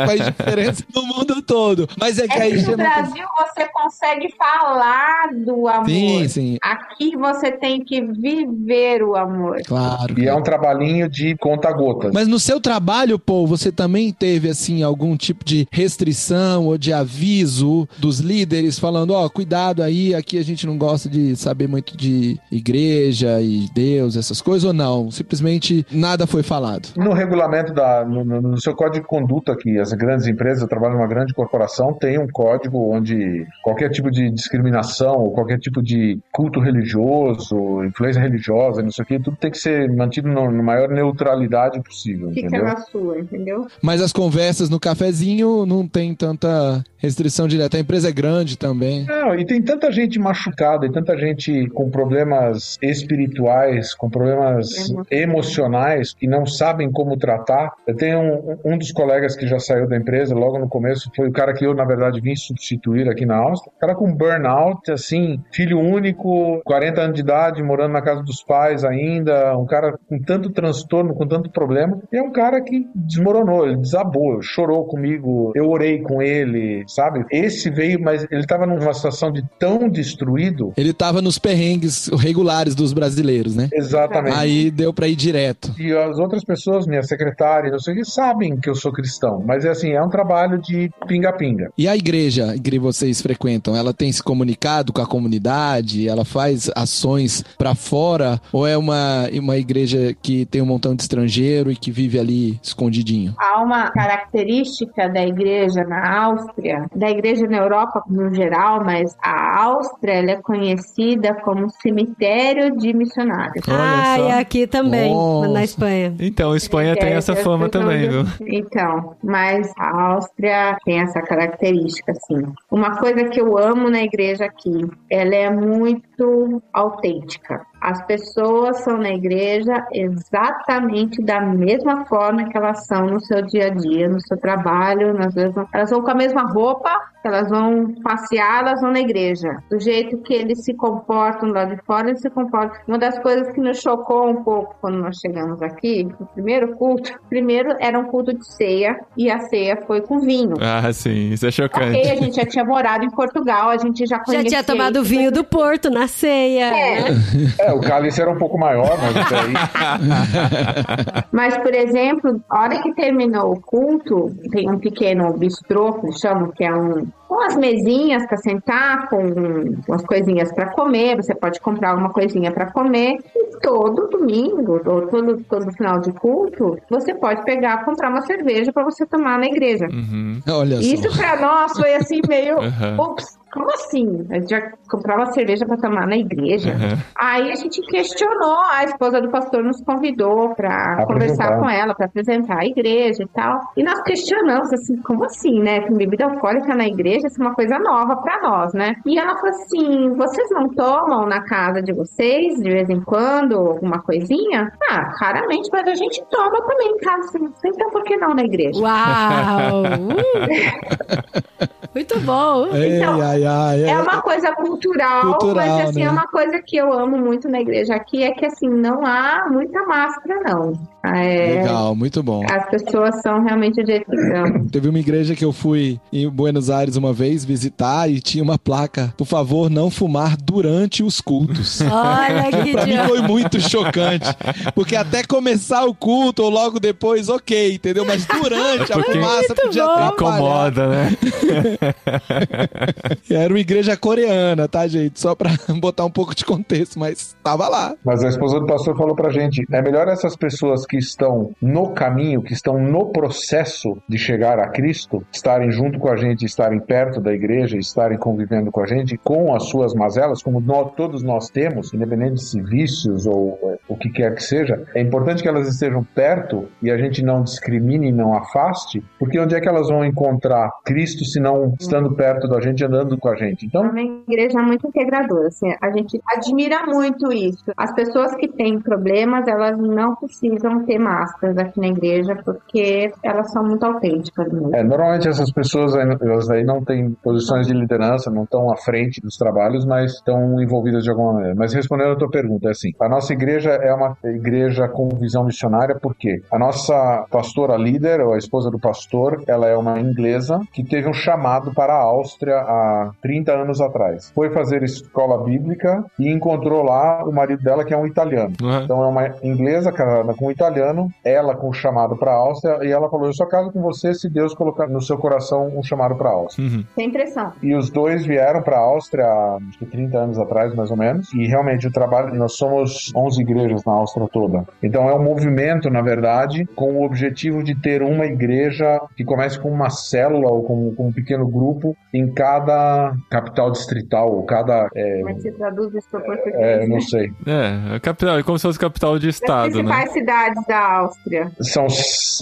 C: Faz diferença no mundo todo. Mas é que
E: É
C: aí
E: que no
C: você não tem-
E: Brasil você consegue falar do amor.
C: Sim, sim.
E: Aqui você tem que viver o amor.
C: Claro.
D: E é um trabalhinho de conta-gotas.
C: Mas no seu trabalho, Paul, você também teve, assim, algum tipo de restrição ou de aviso dos líderes falando, ó, cuidado aí, aqui a gente não gosta de saber muito de igreja e Deus, essas coisas, ou não? Simplesmente nada foi falado.
D: No regulamento da, no, no- no seu código de conduta que as grandes empresas, eu trabalho numa grande corporação, tem um código onde qualquer tipo de discriminação, ou qualquer tipo de culto religioso, influência religiosa, não sei o que, tudo tem que ser mantido no- na maior neutralidade possível,
E: Fica
D: entendeu?
E: é na sua, entendeu?
C: Mas as conversas no cafezinho não tem tanta restrição direta. A empresa é grande também.
D: Não, e tem tanta gente machucada e tanta gente com problemas espirituais, com problemas
E: Uhum.
D: emocionais que não sabem como tratar. Eu tenho um, um dos colegas que já saiu da empresa logo no começo, foi o cara que eu, na verdade, vim substituir aqui na Áustria. O cara com burnout, assim, filho único, 40 anos de idade, morando na casa dos pais ainda, um cara com tanto transtorno, com tanto problema. E é um cara que desmoronou, ele desabou, chorou comigo, eu orei com ele, sabe? Esse veio, mas ele tava numa situação de tão destruído.
C: Ele tava nos perrengues regulares dos brasileiros, né?
D: Exatamente.
C: Aí deu pra ir direto.
D: E as outras pessoas, minha secretária, não sei o que, sabem que eu sou cristão. Mas é assim, é um trabalho de pinga-pinga.
C: E a igreja que vocês frequentam, ela tem se comunicado com a comunidade? Ela faz ações pra fora? Ou é uma, uma igreja que tem um montão de estrangeiro e que vive ali escondidinho? [LAUGHS]
E: Há uma característica da igreja na Áustria, da igreja na Europa no geral, mas a Áustria ela é conhecida como cemitério de missionários.
A: Olha
B: Ai,
A: só.
B: Ah, aqui também,
C: Nossa.
B: na Espanha.
A: Então, Espanha tem essa fama também, viu?
E: Então, mas a Áustria tem essa característica, assim. Uma coisa que eu amo na igreja aqui, ela é muito autêntica. As pessoas são na igreja exatamente da mesma forma que elas são no seu dia a dia, no seu trabalho, nas mesmas... elas vão com a mesma roupa, elas vão passear, elas vão na igreja. Do jeito que eles se comportam lá de fora, eles se comportam. Uma das coisas que nos chocou um pouco quando nós chegamos aqui, o primeiro culto, primeiro era um culto de ceia e a ceia foi com vinho.
A: Ah, sim, isso é
E: Ok,
A: chocante.
E: a gente já tinha morado em Portugal, a gente já
B: Já
E: conhecia.
B: tinha tomado
E: isso.
B: vinho do Porto na ceia.
E: É,
D: É, o cálice era um pouco maior, mas isso aí.
E: Mas, por exemplo, a hora que terminou o culto, tem um pequeno bistrô, que eles chamam, que é um, umas mesinhas para sentar, com umas coisinhas para comer, você pode comprar alguma coisinha para comer. E todo domingo, ou todo, todo final de culto, você pode pegar, comprar uma cerveja para você tomar na igreja.
B: é.
A: Uhum.
C: Olha só.
E: Isso para nós foi assim meio,
A: Aham.
E: ups, como assim? A gente já comprava cerveja para tomar na
B: É.
E: igreja.
A: Aham.
E: Aí a gente questionou, a esposa do pastor nos convidou para
D: Apresentar.
E: conversar com ela, para apresentar a igreja e tal. E nós questionamos assim, como assim, né? Que bebida alcoólica na igreja isso é uma coisa nova para nós, né? E ela falou assim: "Vocês não tomam na casa de vocês de vez em quando alguma coisinha?" Ah, raramente, mas a gente toma também em casa. Então por que não na
A: [LAUGHS]
E: igreja?
B: Uau! Hum. Muito bom.
C: Ei,
E: Então,
C: ai, ai,
E: É
C: ai.
E: uma coisa cultural,
C: Cultural,
E: mas assim,
C: né?
E: é uma coisa que eu amo muito na igreja aqui, é que assim, não há muita máscara, não. É,
C: Legal, muito bom.
E: as pessoas são realmente de
D: Então?
E: edição.
C: Teve uma igreja que eu fui em Buenos Aires uma vez visitar e tinha uma placa, por favor, não fumar durante os
A: [LAUGHS]
C: cultos.
B: Olha que
C: Pra mim
B: dia.
C: foi muito chocante. Porque até começar o culto ou logo depois, ok, entendeu? Mas durante a
A: É porque
C: fumaça podia
B: bom.
C: atrapalhar.
A: Incomoda, né?
C: Era uma igreja coreana, tá, gente? Só pra [LAUGHS] botar um pouco de contexto, mas tava lá.
D: Mas a esposa do pastor falou pra gente: é melhor essas pessoas que estão no caminho, que estão no processo de chegar a Cristo, estarem junto com a gente, estarem perto da igreja, estarem convivendo com a gente, com as suas mazelas, como nó- todos nós temos, independente se vícios ou eh, o que quer que seja, é importante que elas estejam perto e a gente não discrimine, não afaste, porque onde é que elas vão encontrar Cristo se não estando perto da gente, andando com a gente?
E: É
D: Então,
E: uma igreja muito integradora. assim, a gente admira muito isso. As pessoas que têm problemas, elas não precisam ter máscaras aqui na igreja, porque elas são muito autênticas mesmo.
D: É, normalmente essas pessoas aí- elas aí não têm posições de liderança, não estão à frente dos trabalhos, mas estão envolvidas de alguma maneira. Mas respondendo a tua pergunta, é assim, a nossa igreja é uma igreja com visão missionária porque a nossa pastora líder, ou a esposa do pastor, ela é uma inglesa que teve um chamado para a Áustria há 30 anos atrás. Foi fazer escola bíblica e encontrou lá o marido dela que é um italiano.
A: Uhum.
D: Então é uma inglesa casada com um italiano, ela com um chamado para a Áustria, e ela falou: Eu só caso com você se Deus colocar no seu coração um chamado para a Áustria.
A: Uhum.
E: Sem pressão.
D: E os dois vieram para a Áustria há acho que 30 anos atrás, mais ou menos. E realmente o trabalho, nós somos 11 igrejas na Áustria toda. Então é um movimento, na verdade, com o objetivo de ter uma igreja que comece com uma célula ou com, com um pequeno grupo em cada capital distrital, ou cada. É,
E: Como é que se traduz isso para português?
D: é,
E: né?
D: não sei.
A: É, é capital, é como se fosse capital de
E: As
A: estado, né?
E: principais cidades da Áustria.
D: São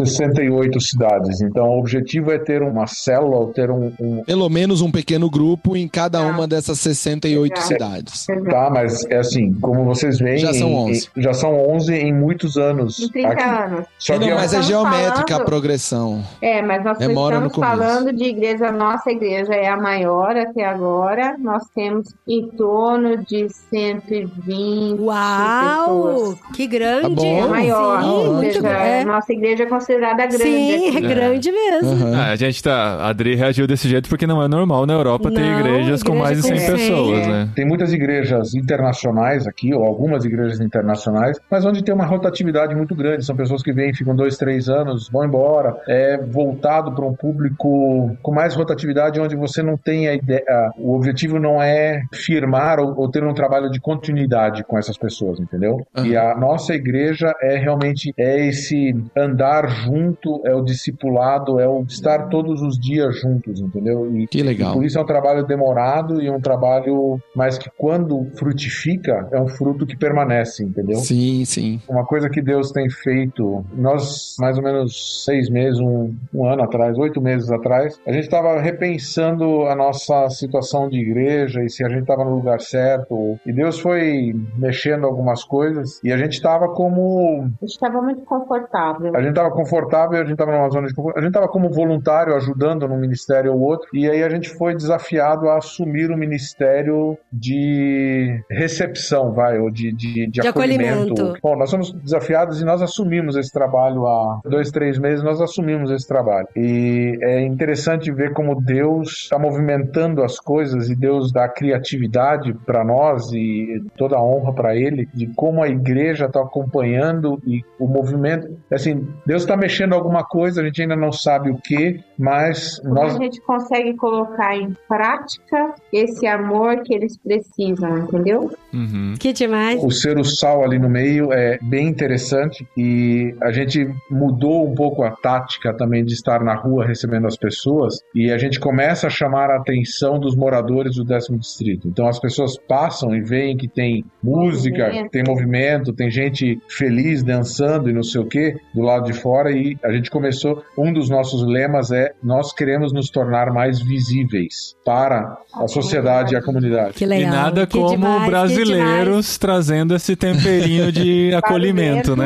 D: 68 cidades, então o objetivo é ter uma célula, ou ter um, um-
C: Pelo menos um pequeno grupo em cada
E: Tá.
C: uma dessas 68
E: Tá.
C: cidades.
E: Exato.
D: Tá, mas é assim, como vocês veem.
C: Já são
D: em-
C: 11.
D: em- já são 11 em muitos anos.
E: Em 30
D: aqui.
E: anos.
D: Só que
C: Não,
D: é,
C: mas é
E: Estamos
C: geométrica
E: falando-
C: a progressão.
E: É, mas nós
C: Demora no
E: estamos
C: começo.
E: falando de igreja, nossa igreja é a maior até agora. Nós temos em torno de 120
B: Uau!
E: pessoas.
B: Que grande!
C: Tá bom.
E: É a maior.
B: Sim,
C: Ou
E: Ou
B: muito
E: seja,
B: grande.
E: nossa igreja é considerada grande.
B: Sim,
E: aqui.
B: é grande mesmo.
C: Aham.
A: Ah, a gente tá. A Adri reagiu desse jeito porque não é normal na Europa ter
B: Não,
A: igrejas com
B: igreja
A: mais de
B: com
A: 100
E: cem,
A: pessoas,
E: é.
A: né?
D: tem muitas igrejas internacionais aqui, ou algumas igrejas internacionais, mas onde tem uma rotatividade muito grande. São pessoas que vêm, ficam dois, três anos, vão embora. É voltado para um público com mais rotatividade, onde você não tem a ideia. O objetivo não é firmar ou, ou ter um trabalho de continuidade com essas pessoas, entendeu? E a nossa igreja é realmente é esse andar junto, é o discipulado, é o estar todos os dias juntos, entendeu? E
C: Que legal.
D: por isso é um trabalho demorado e um trabalho, mas que quando frutifica, é um fruto que permanece, entendeu?
C: Sim, sim.
D: Uma coisa que Deus tem feito, nós, mais ou menos seis meses, um, um ano atrás, oito meses atrás, a gente estava repensando a nossa situação de igreja e se a gente estava no lugar certo. E Deus foi mexendo algumas coisas e a gente estava como
E: A gente estava muito confortável.
D: a gente estava confortável, a gente estava numa zona de conforto. A gente estava como voluntário, ajudando num ministério ou outro. E aí a gente foi desafiado a assumir o ministério de recepção, vai, ou de, de, de,
B: De acolhimento.
D: Bom, nós somos desafiados e nós assumimos esse trabalho há dois, três meses, nós assumimos esse trabalho. E é interessante ver como Deus está movimentando as coisas e Deus dá criatividade para nós e toda a honra para Ele, de como a igreja está acompanhando e o movimento. Assim, Deus está mexendo alguma coisa, a gente ainda não sabe o que, mas
E: Como
D: nós
E: a gente consegue colocar em prática esse amor que eles precisam, entendeu?
A: Uhum.
B: Que demais.
D: O ser o sal ali no meio é bem interessante e a gente mudou um pouco a tática também de estar na rua recebendo as pessoas e a gente começa a chamar a atenção dos moradores do décimo distrito. Então as pessoas passam e veem que tem música,
E: Movimento.
D: tem movimento, tem gente feliz dançando e não sei o que do lado de fora e a gente começou. Um dos nossos lemas é nós queremos nos tornar mais visíveis para a sociedade e a comunidade.
B: Que legal.
A: E nada
B: que
A: como um
B: demais, que demais.
A: brasileiros trazendo esse temperinho
B: [LAUGHS]
A: de acolhimento, né?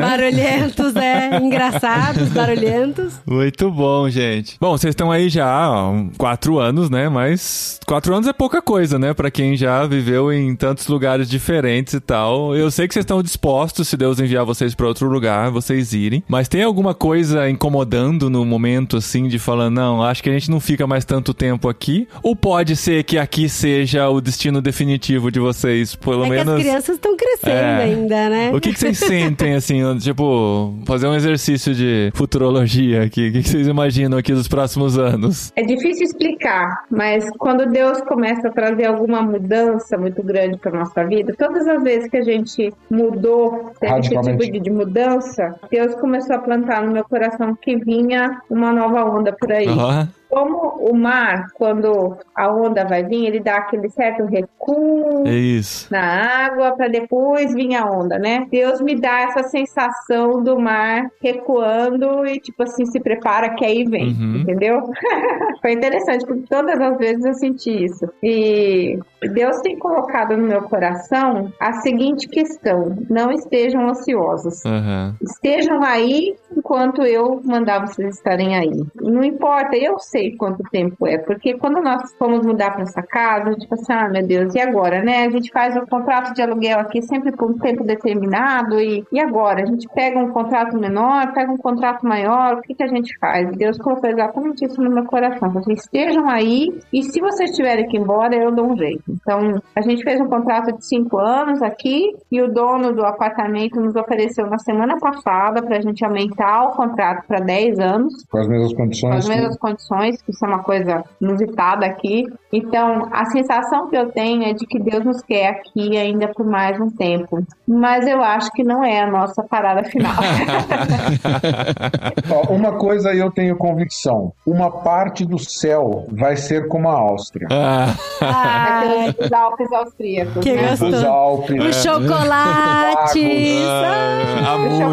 A: [LAUGHS]
B: Barulhentos, é. Engraçados, barulhentos.
A: Muito bom, gente. Bom, vocês estão aí já há um, quatro anos, né? Mas quatro anos é pouca coisa, né? Pra quem já viveu em tantos lugares diferentes e tal. Eu sei que vocês estão dispostos, se Deus enviar vocês pra outro lugar, vocês irem. Mas tem alguma coisa incomodando no momento, assim, de falar, não, acho que a gente não fica mais tanto tempo aqui? Ou pode ser que aqui seja o destino definitivo de vocês, pelo
B: é que
A: menos...
B: as crianças estão crescendo
A: É.
B: ainda, né?
A: O que, que
C: [LAUGHS]
A: vocês sentem, assim, tipo, fazer um exercício de futurologia aqui? O que, que vocês imaginam aqui dos próximos anos?
E: É difícil explicar, mas quando Deus começa a trazer alguma mudança muito grande para nossa vida, todas as vezes que a gente mudou, teve esse
D: Radicalmente.
E: tipo de, de mudança, Deus começou a plantar no meu coração que vinha uma nova onda por aí.
A: Ó,
E: Como o mar, quando a onda vai vir, ele dá aquele certo recuo
A: É isso.
E: na água para depois vir a onda, né? Deus me dá essa sensação do mar recuando e tipo assim se prepara que aí vem,
A: Uhum.
E: entendeu? [LAUGHS] Foi interessante porque todas as vezes eu senti isso. E Deus tem colocado no meu coração a seguinte questão: não estejam ociosos.
A: Aham.
E: Estejam aí enquanto eu mandar vocês estarem aí. Não importa, eu sei quanto tempo é, porque quando nós fomos mudar para essa casa, a gente falou assim: ah, meu Deus, e agora, né? A gente faz um contrato de aluguel aqui sempre por um tempo determinado, e, e agora? A gente pega um contrato menor, pega um contrato maior, o que, que a gente faz? Deus colocou exatamente isso no meu coração. Falou assim, estejam aí, e se vocês tiverem que ir embora, eu dou um jeito. Então, a gente fez um contrato de cinco anos aqui, e o dono do apartamento nos ofereceu na semana passada para a gente aumentar o contrato para 10 anos
D: Com as mesmas
E: com
D: condições.
E: as mesmas condições, que isso é uma coisa inusitada aqui. Então, a sensação que eu tenho é de que Deus nos quer aqui ainda por mais um tempo. Mas eu acho que não é a nossa parada final. [LAUGHS]
D: Ó, uma coisa eu tenho convicção: uma parte do céu vai ser como a Áustria.
A: Ah,
B: Ai,
E: Aqueles dos Alpes austríacos.
B: que
E: né?
D: Os
A: [LAUGHS]
B: gostoso.
D: Alpes.
B: Ah,
A: É.
B: O chocolate.
A: ah, a
E: O
A: música.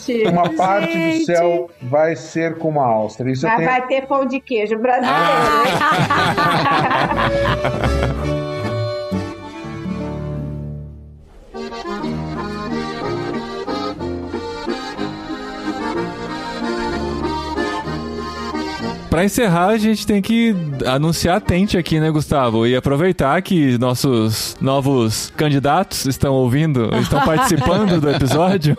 D: [LAUGHS]
E: chocolate.
D: Uma parte
B: Gente.
D: do céu vai ser como a Áustria. Isso eu
E: Mas
D: tenho
E: vai ter pão de queijo brasileiro.
A: Ah.
B: Ah!
A: Pra encerrar, a gente tem que anunciar a tente aqui, né, Gustavo? E aproveitar que nossos novos candidatos estão ouvindo,
C: [LAUGHS]
A: estão participando do episódio.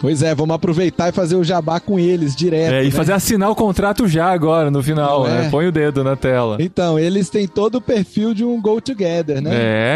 C: Pois é, vamos aproveitar e fazer o jabá com eles direto.
A: É,
C: né?
A: e fazer assinar o contrato já agora, no final,
C: Não é?
A: né? Põe o dedo na tela.
C: Então, eles têm todo o perfil de um go together, né?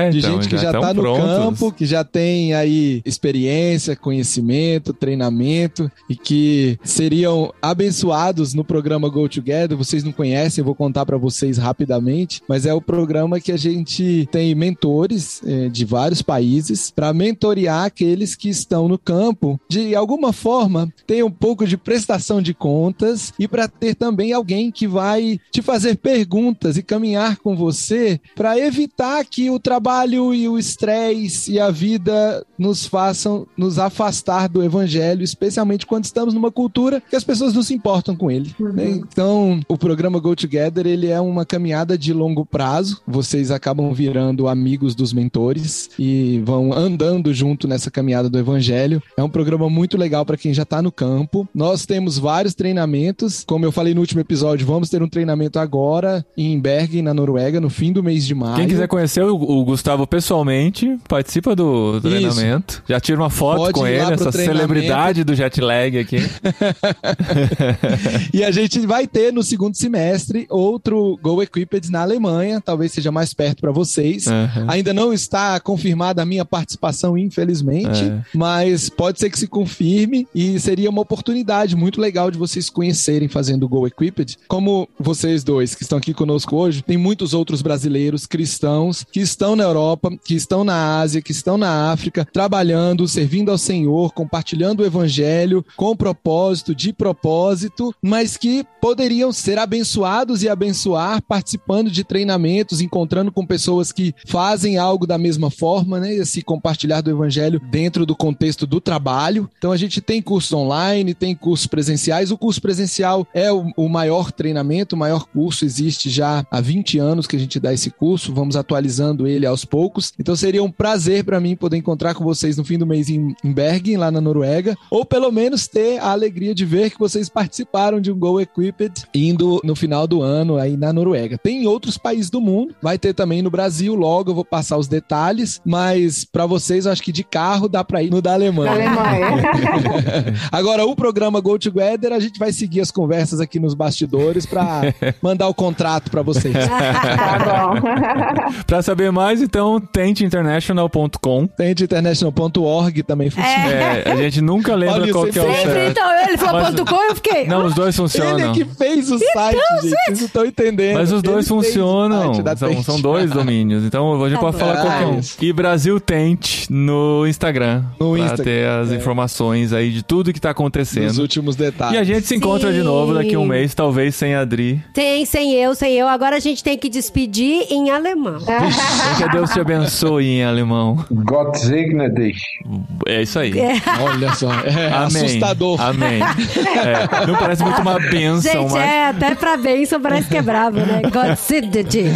A: É,
C: de
A: então,
C: gente que já,
A: estão
C: tá no
A: prontos.
C: campo, que já tem aí experiência, conhecimento, treinamento e que seriam abençoados no programa Go Together. Vocês não conhecem, eu vou contar para vocês rapidamente, mas é o programa que a gente tem mentores eh, de vários países para mentorear aqueles que estão no campo, de alguma forma, tem um pouco de prestação de contas e para ter também alguém que vai te fazer perguntas e caminhar com você para evitar que o trabalho e o estresse e a vida nos façam nos afastar do evangelho, especialmente quando estamos numa cultura que as pessoas não se importam com ele. né? Então, o programa Go Together ele é uma caminhada de longo prazo. Vocês acabam virando amigos dos mentores e vão andando junto nessa caminhada do evangelho. É um programa muito legal para quem já está no campo. Nós temos vários treinamentos. Como eu falei no último episódio, vamos ter um treinamento agora em Bergen, na Noruega, no fim do mês de maio.
A: Quem quiser conhecer o, o Gustavo pessoalmente, participa do do
C: Isso.
A: treinamento. Já tira uma foto
C: Pode
A: com
C: ir lá
A: ele,
C: pro
A: essa
C: treinamento.
A: celebridade do jet lag aqui.
C: E a gente vai ter no segundo semestre outro Go Equipped na Alemanha, talvez seja mais perto para vocês.
A: Aham.
C: Ainda não está confirmada a minha participação, infelizmente,
A: É.
C: mas pode ser que se confirme e seria uma oportunidade muito legal de vocês conhecerem fazendo o Go Equipped. Como vocês dois que estão aqui conosco hoje, tem muitos outros brasileiros cristãos que estão na Europa, que estão na Ásia, que estão na África, trabalhando, servindo ao Senhor, compartilhando o evangelho com propósito, de propósito, mas que poderiam ser abençoados e abençoar participando de treinamentos, encontrando com pessoas que fazem algo da mesma forma, né? Esse compartilhar do evangelho dentro do contexto do trabalho. Então a gente tem cursos online, tem cursos presenciais. O curso presencial é o, o maior treinamento, o maior curso existe já há 20 anos que a gente dá esse curso, vamos atualizando ele aos poucos. Então seria um prazer para mim poder encontrar com vocês no fim do mês em, em Bergen, lá na Noruega, ou pelo menos ter a alegria de ver que vocês participaram de um Go Equipped indo no final do ano aí na Noruega. Tem em outros países do mundo, vai ter também no Brasil, logo eu vou passar os detalhes, mas para vocês eu acho que de carro dá para ir no da Alemanha.
E: Alemanha.
C: [LAUGHS] Agora, o programa Go Together, a gente vai seguir as conversas aqui nos bastidores para mandar o contrato para vocês.
E: Tá bom.
A: [LAUGHS] Pra saber mais, então, tenteinternational.com.
C: Tendeinternational.org também funciona.
A: É, a gente nunca lembra
C: Olha,
A: qual
C: eu
A: que é o
C: sempre-
B: Sempre,
A: certo.
B: então, ele falou
A: Mas-
B: ponto com, eu fiquei.
A: Não, os dois funcionam.
C: Ele é que que fez o site, gente. Vocês não estão entendendo.
A: Mas os dois
C: Ele fez o
A: funcionam.
C: site da
A: São,
C: Tente.
A: são dois domínios. Então a gente
B: Tá
A: pode
B: bom.
A: falar qualquer um. E Brasil Tente no Instagram.
C: No
A: pra
C: Instagram,
A: ter as
C: é.
A: informações aí de tudo que tá
C: Nos
A: acontecendo.
C: últimos detalhes.
A: E a gente se encontra de
B: Sim.
A: novo daqui a um mês, talvez sem a Adri.
B: Tem, sem eu, sem eu. Agora a gente tem que despedir em alemão. [LAUGHS]
A: Que Deus te abençoe em alemão.
D: Gott segne dich.
A: É isso aí.
C: Olha só, é
A: Amém.
C: assustador.
A: Amém. É, não parece muito uma benção,
B: Gente,
A: mas.
B: é, até
A: [LAUGHS]
B: pra bênção parece que é bravo, né? Gott sei dir.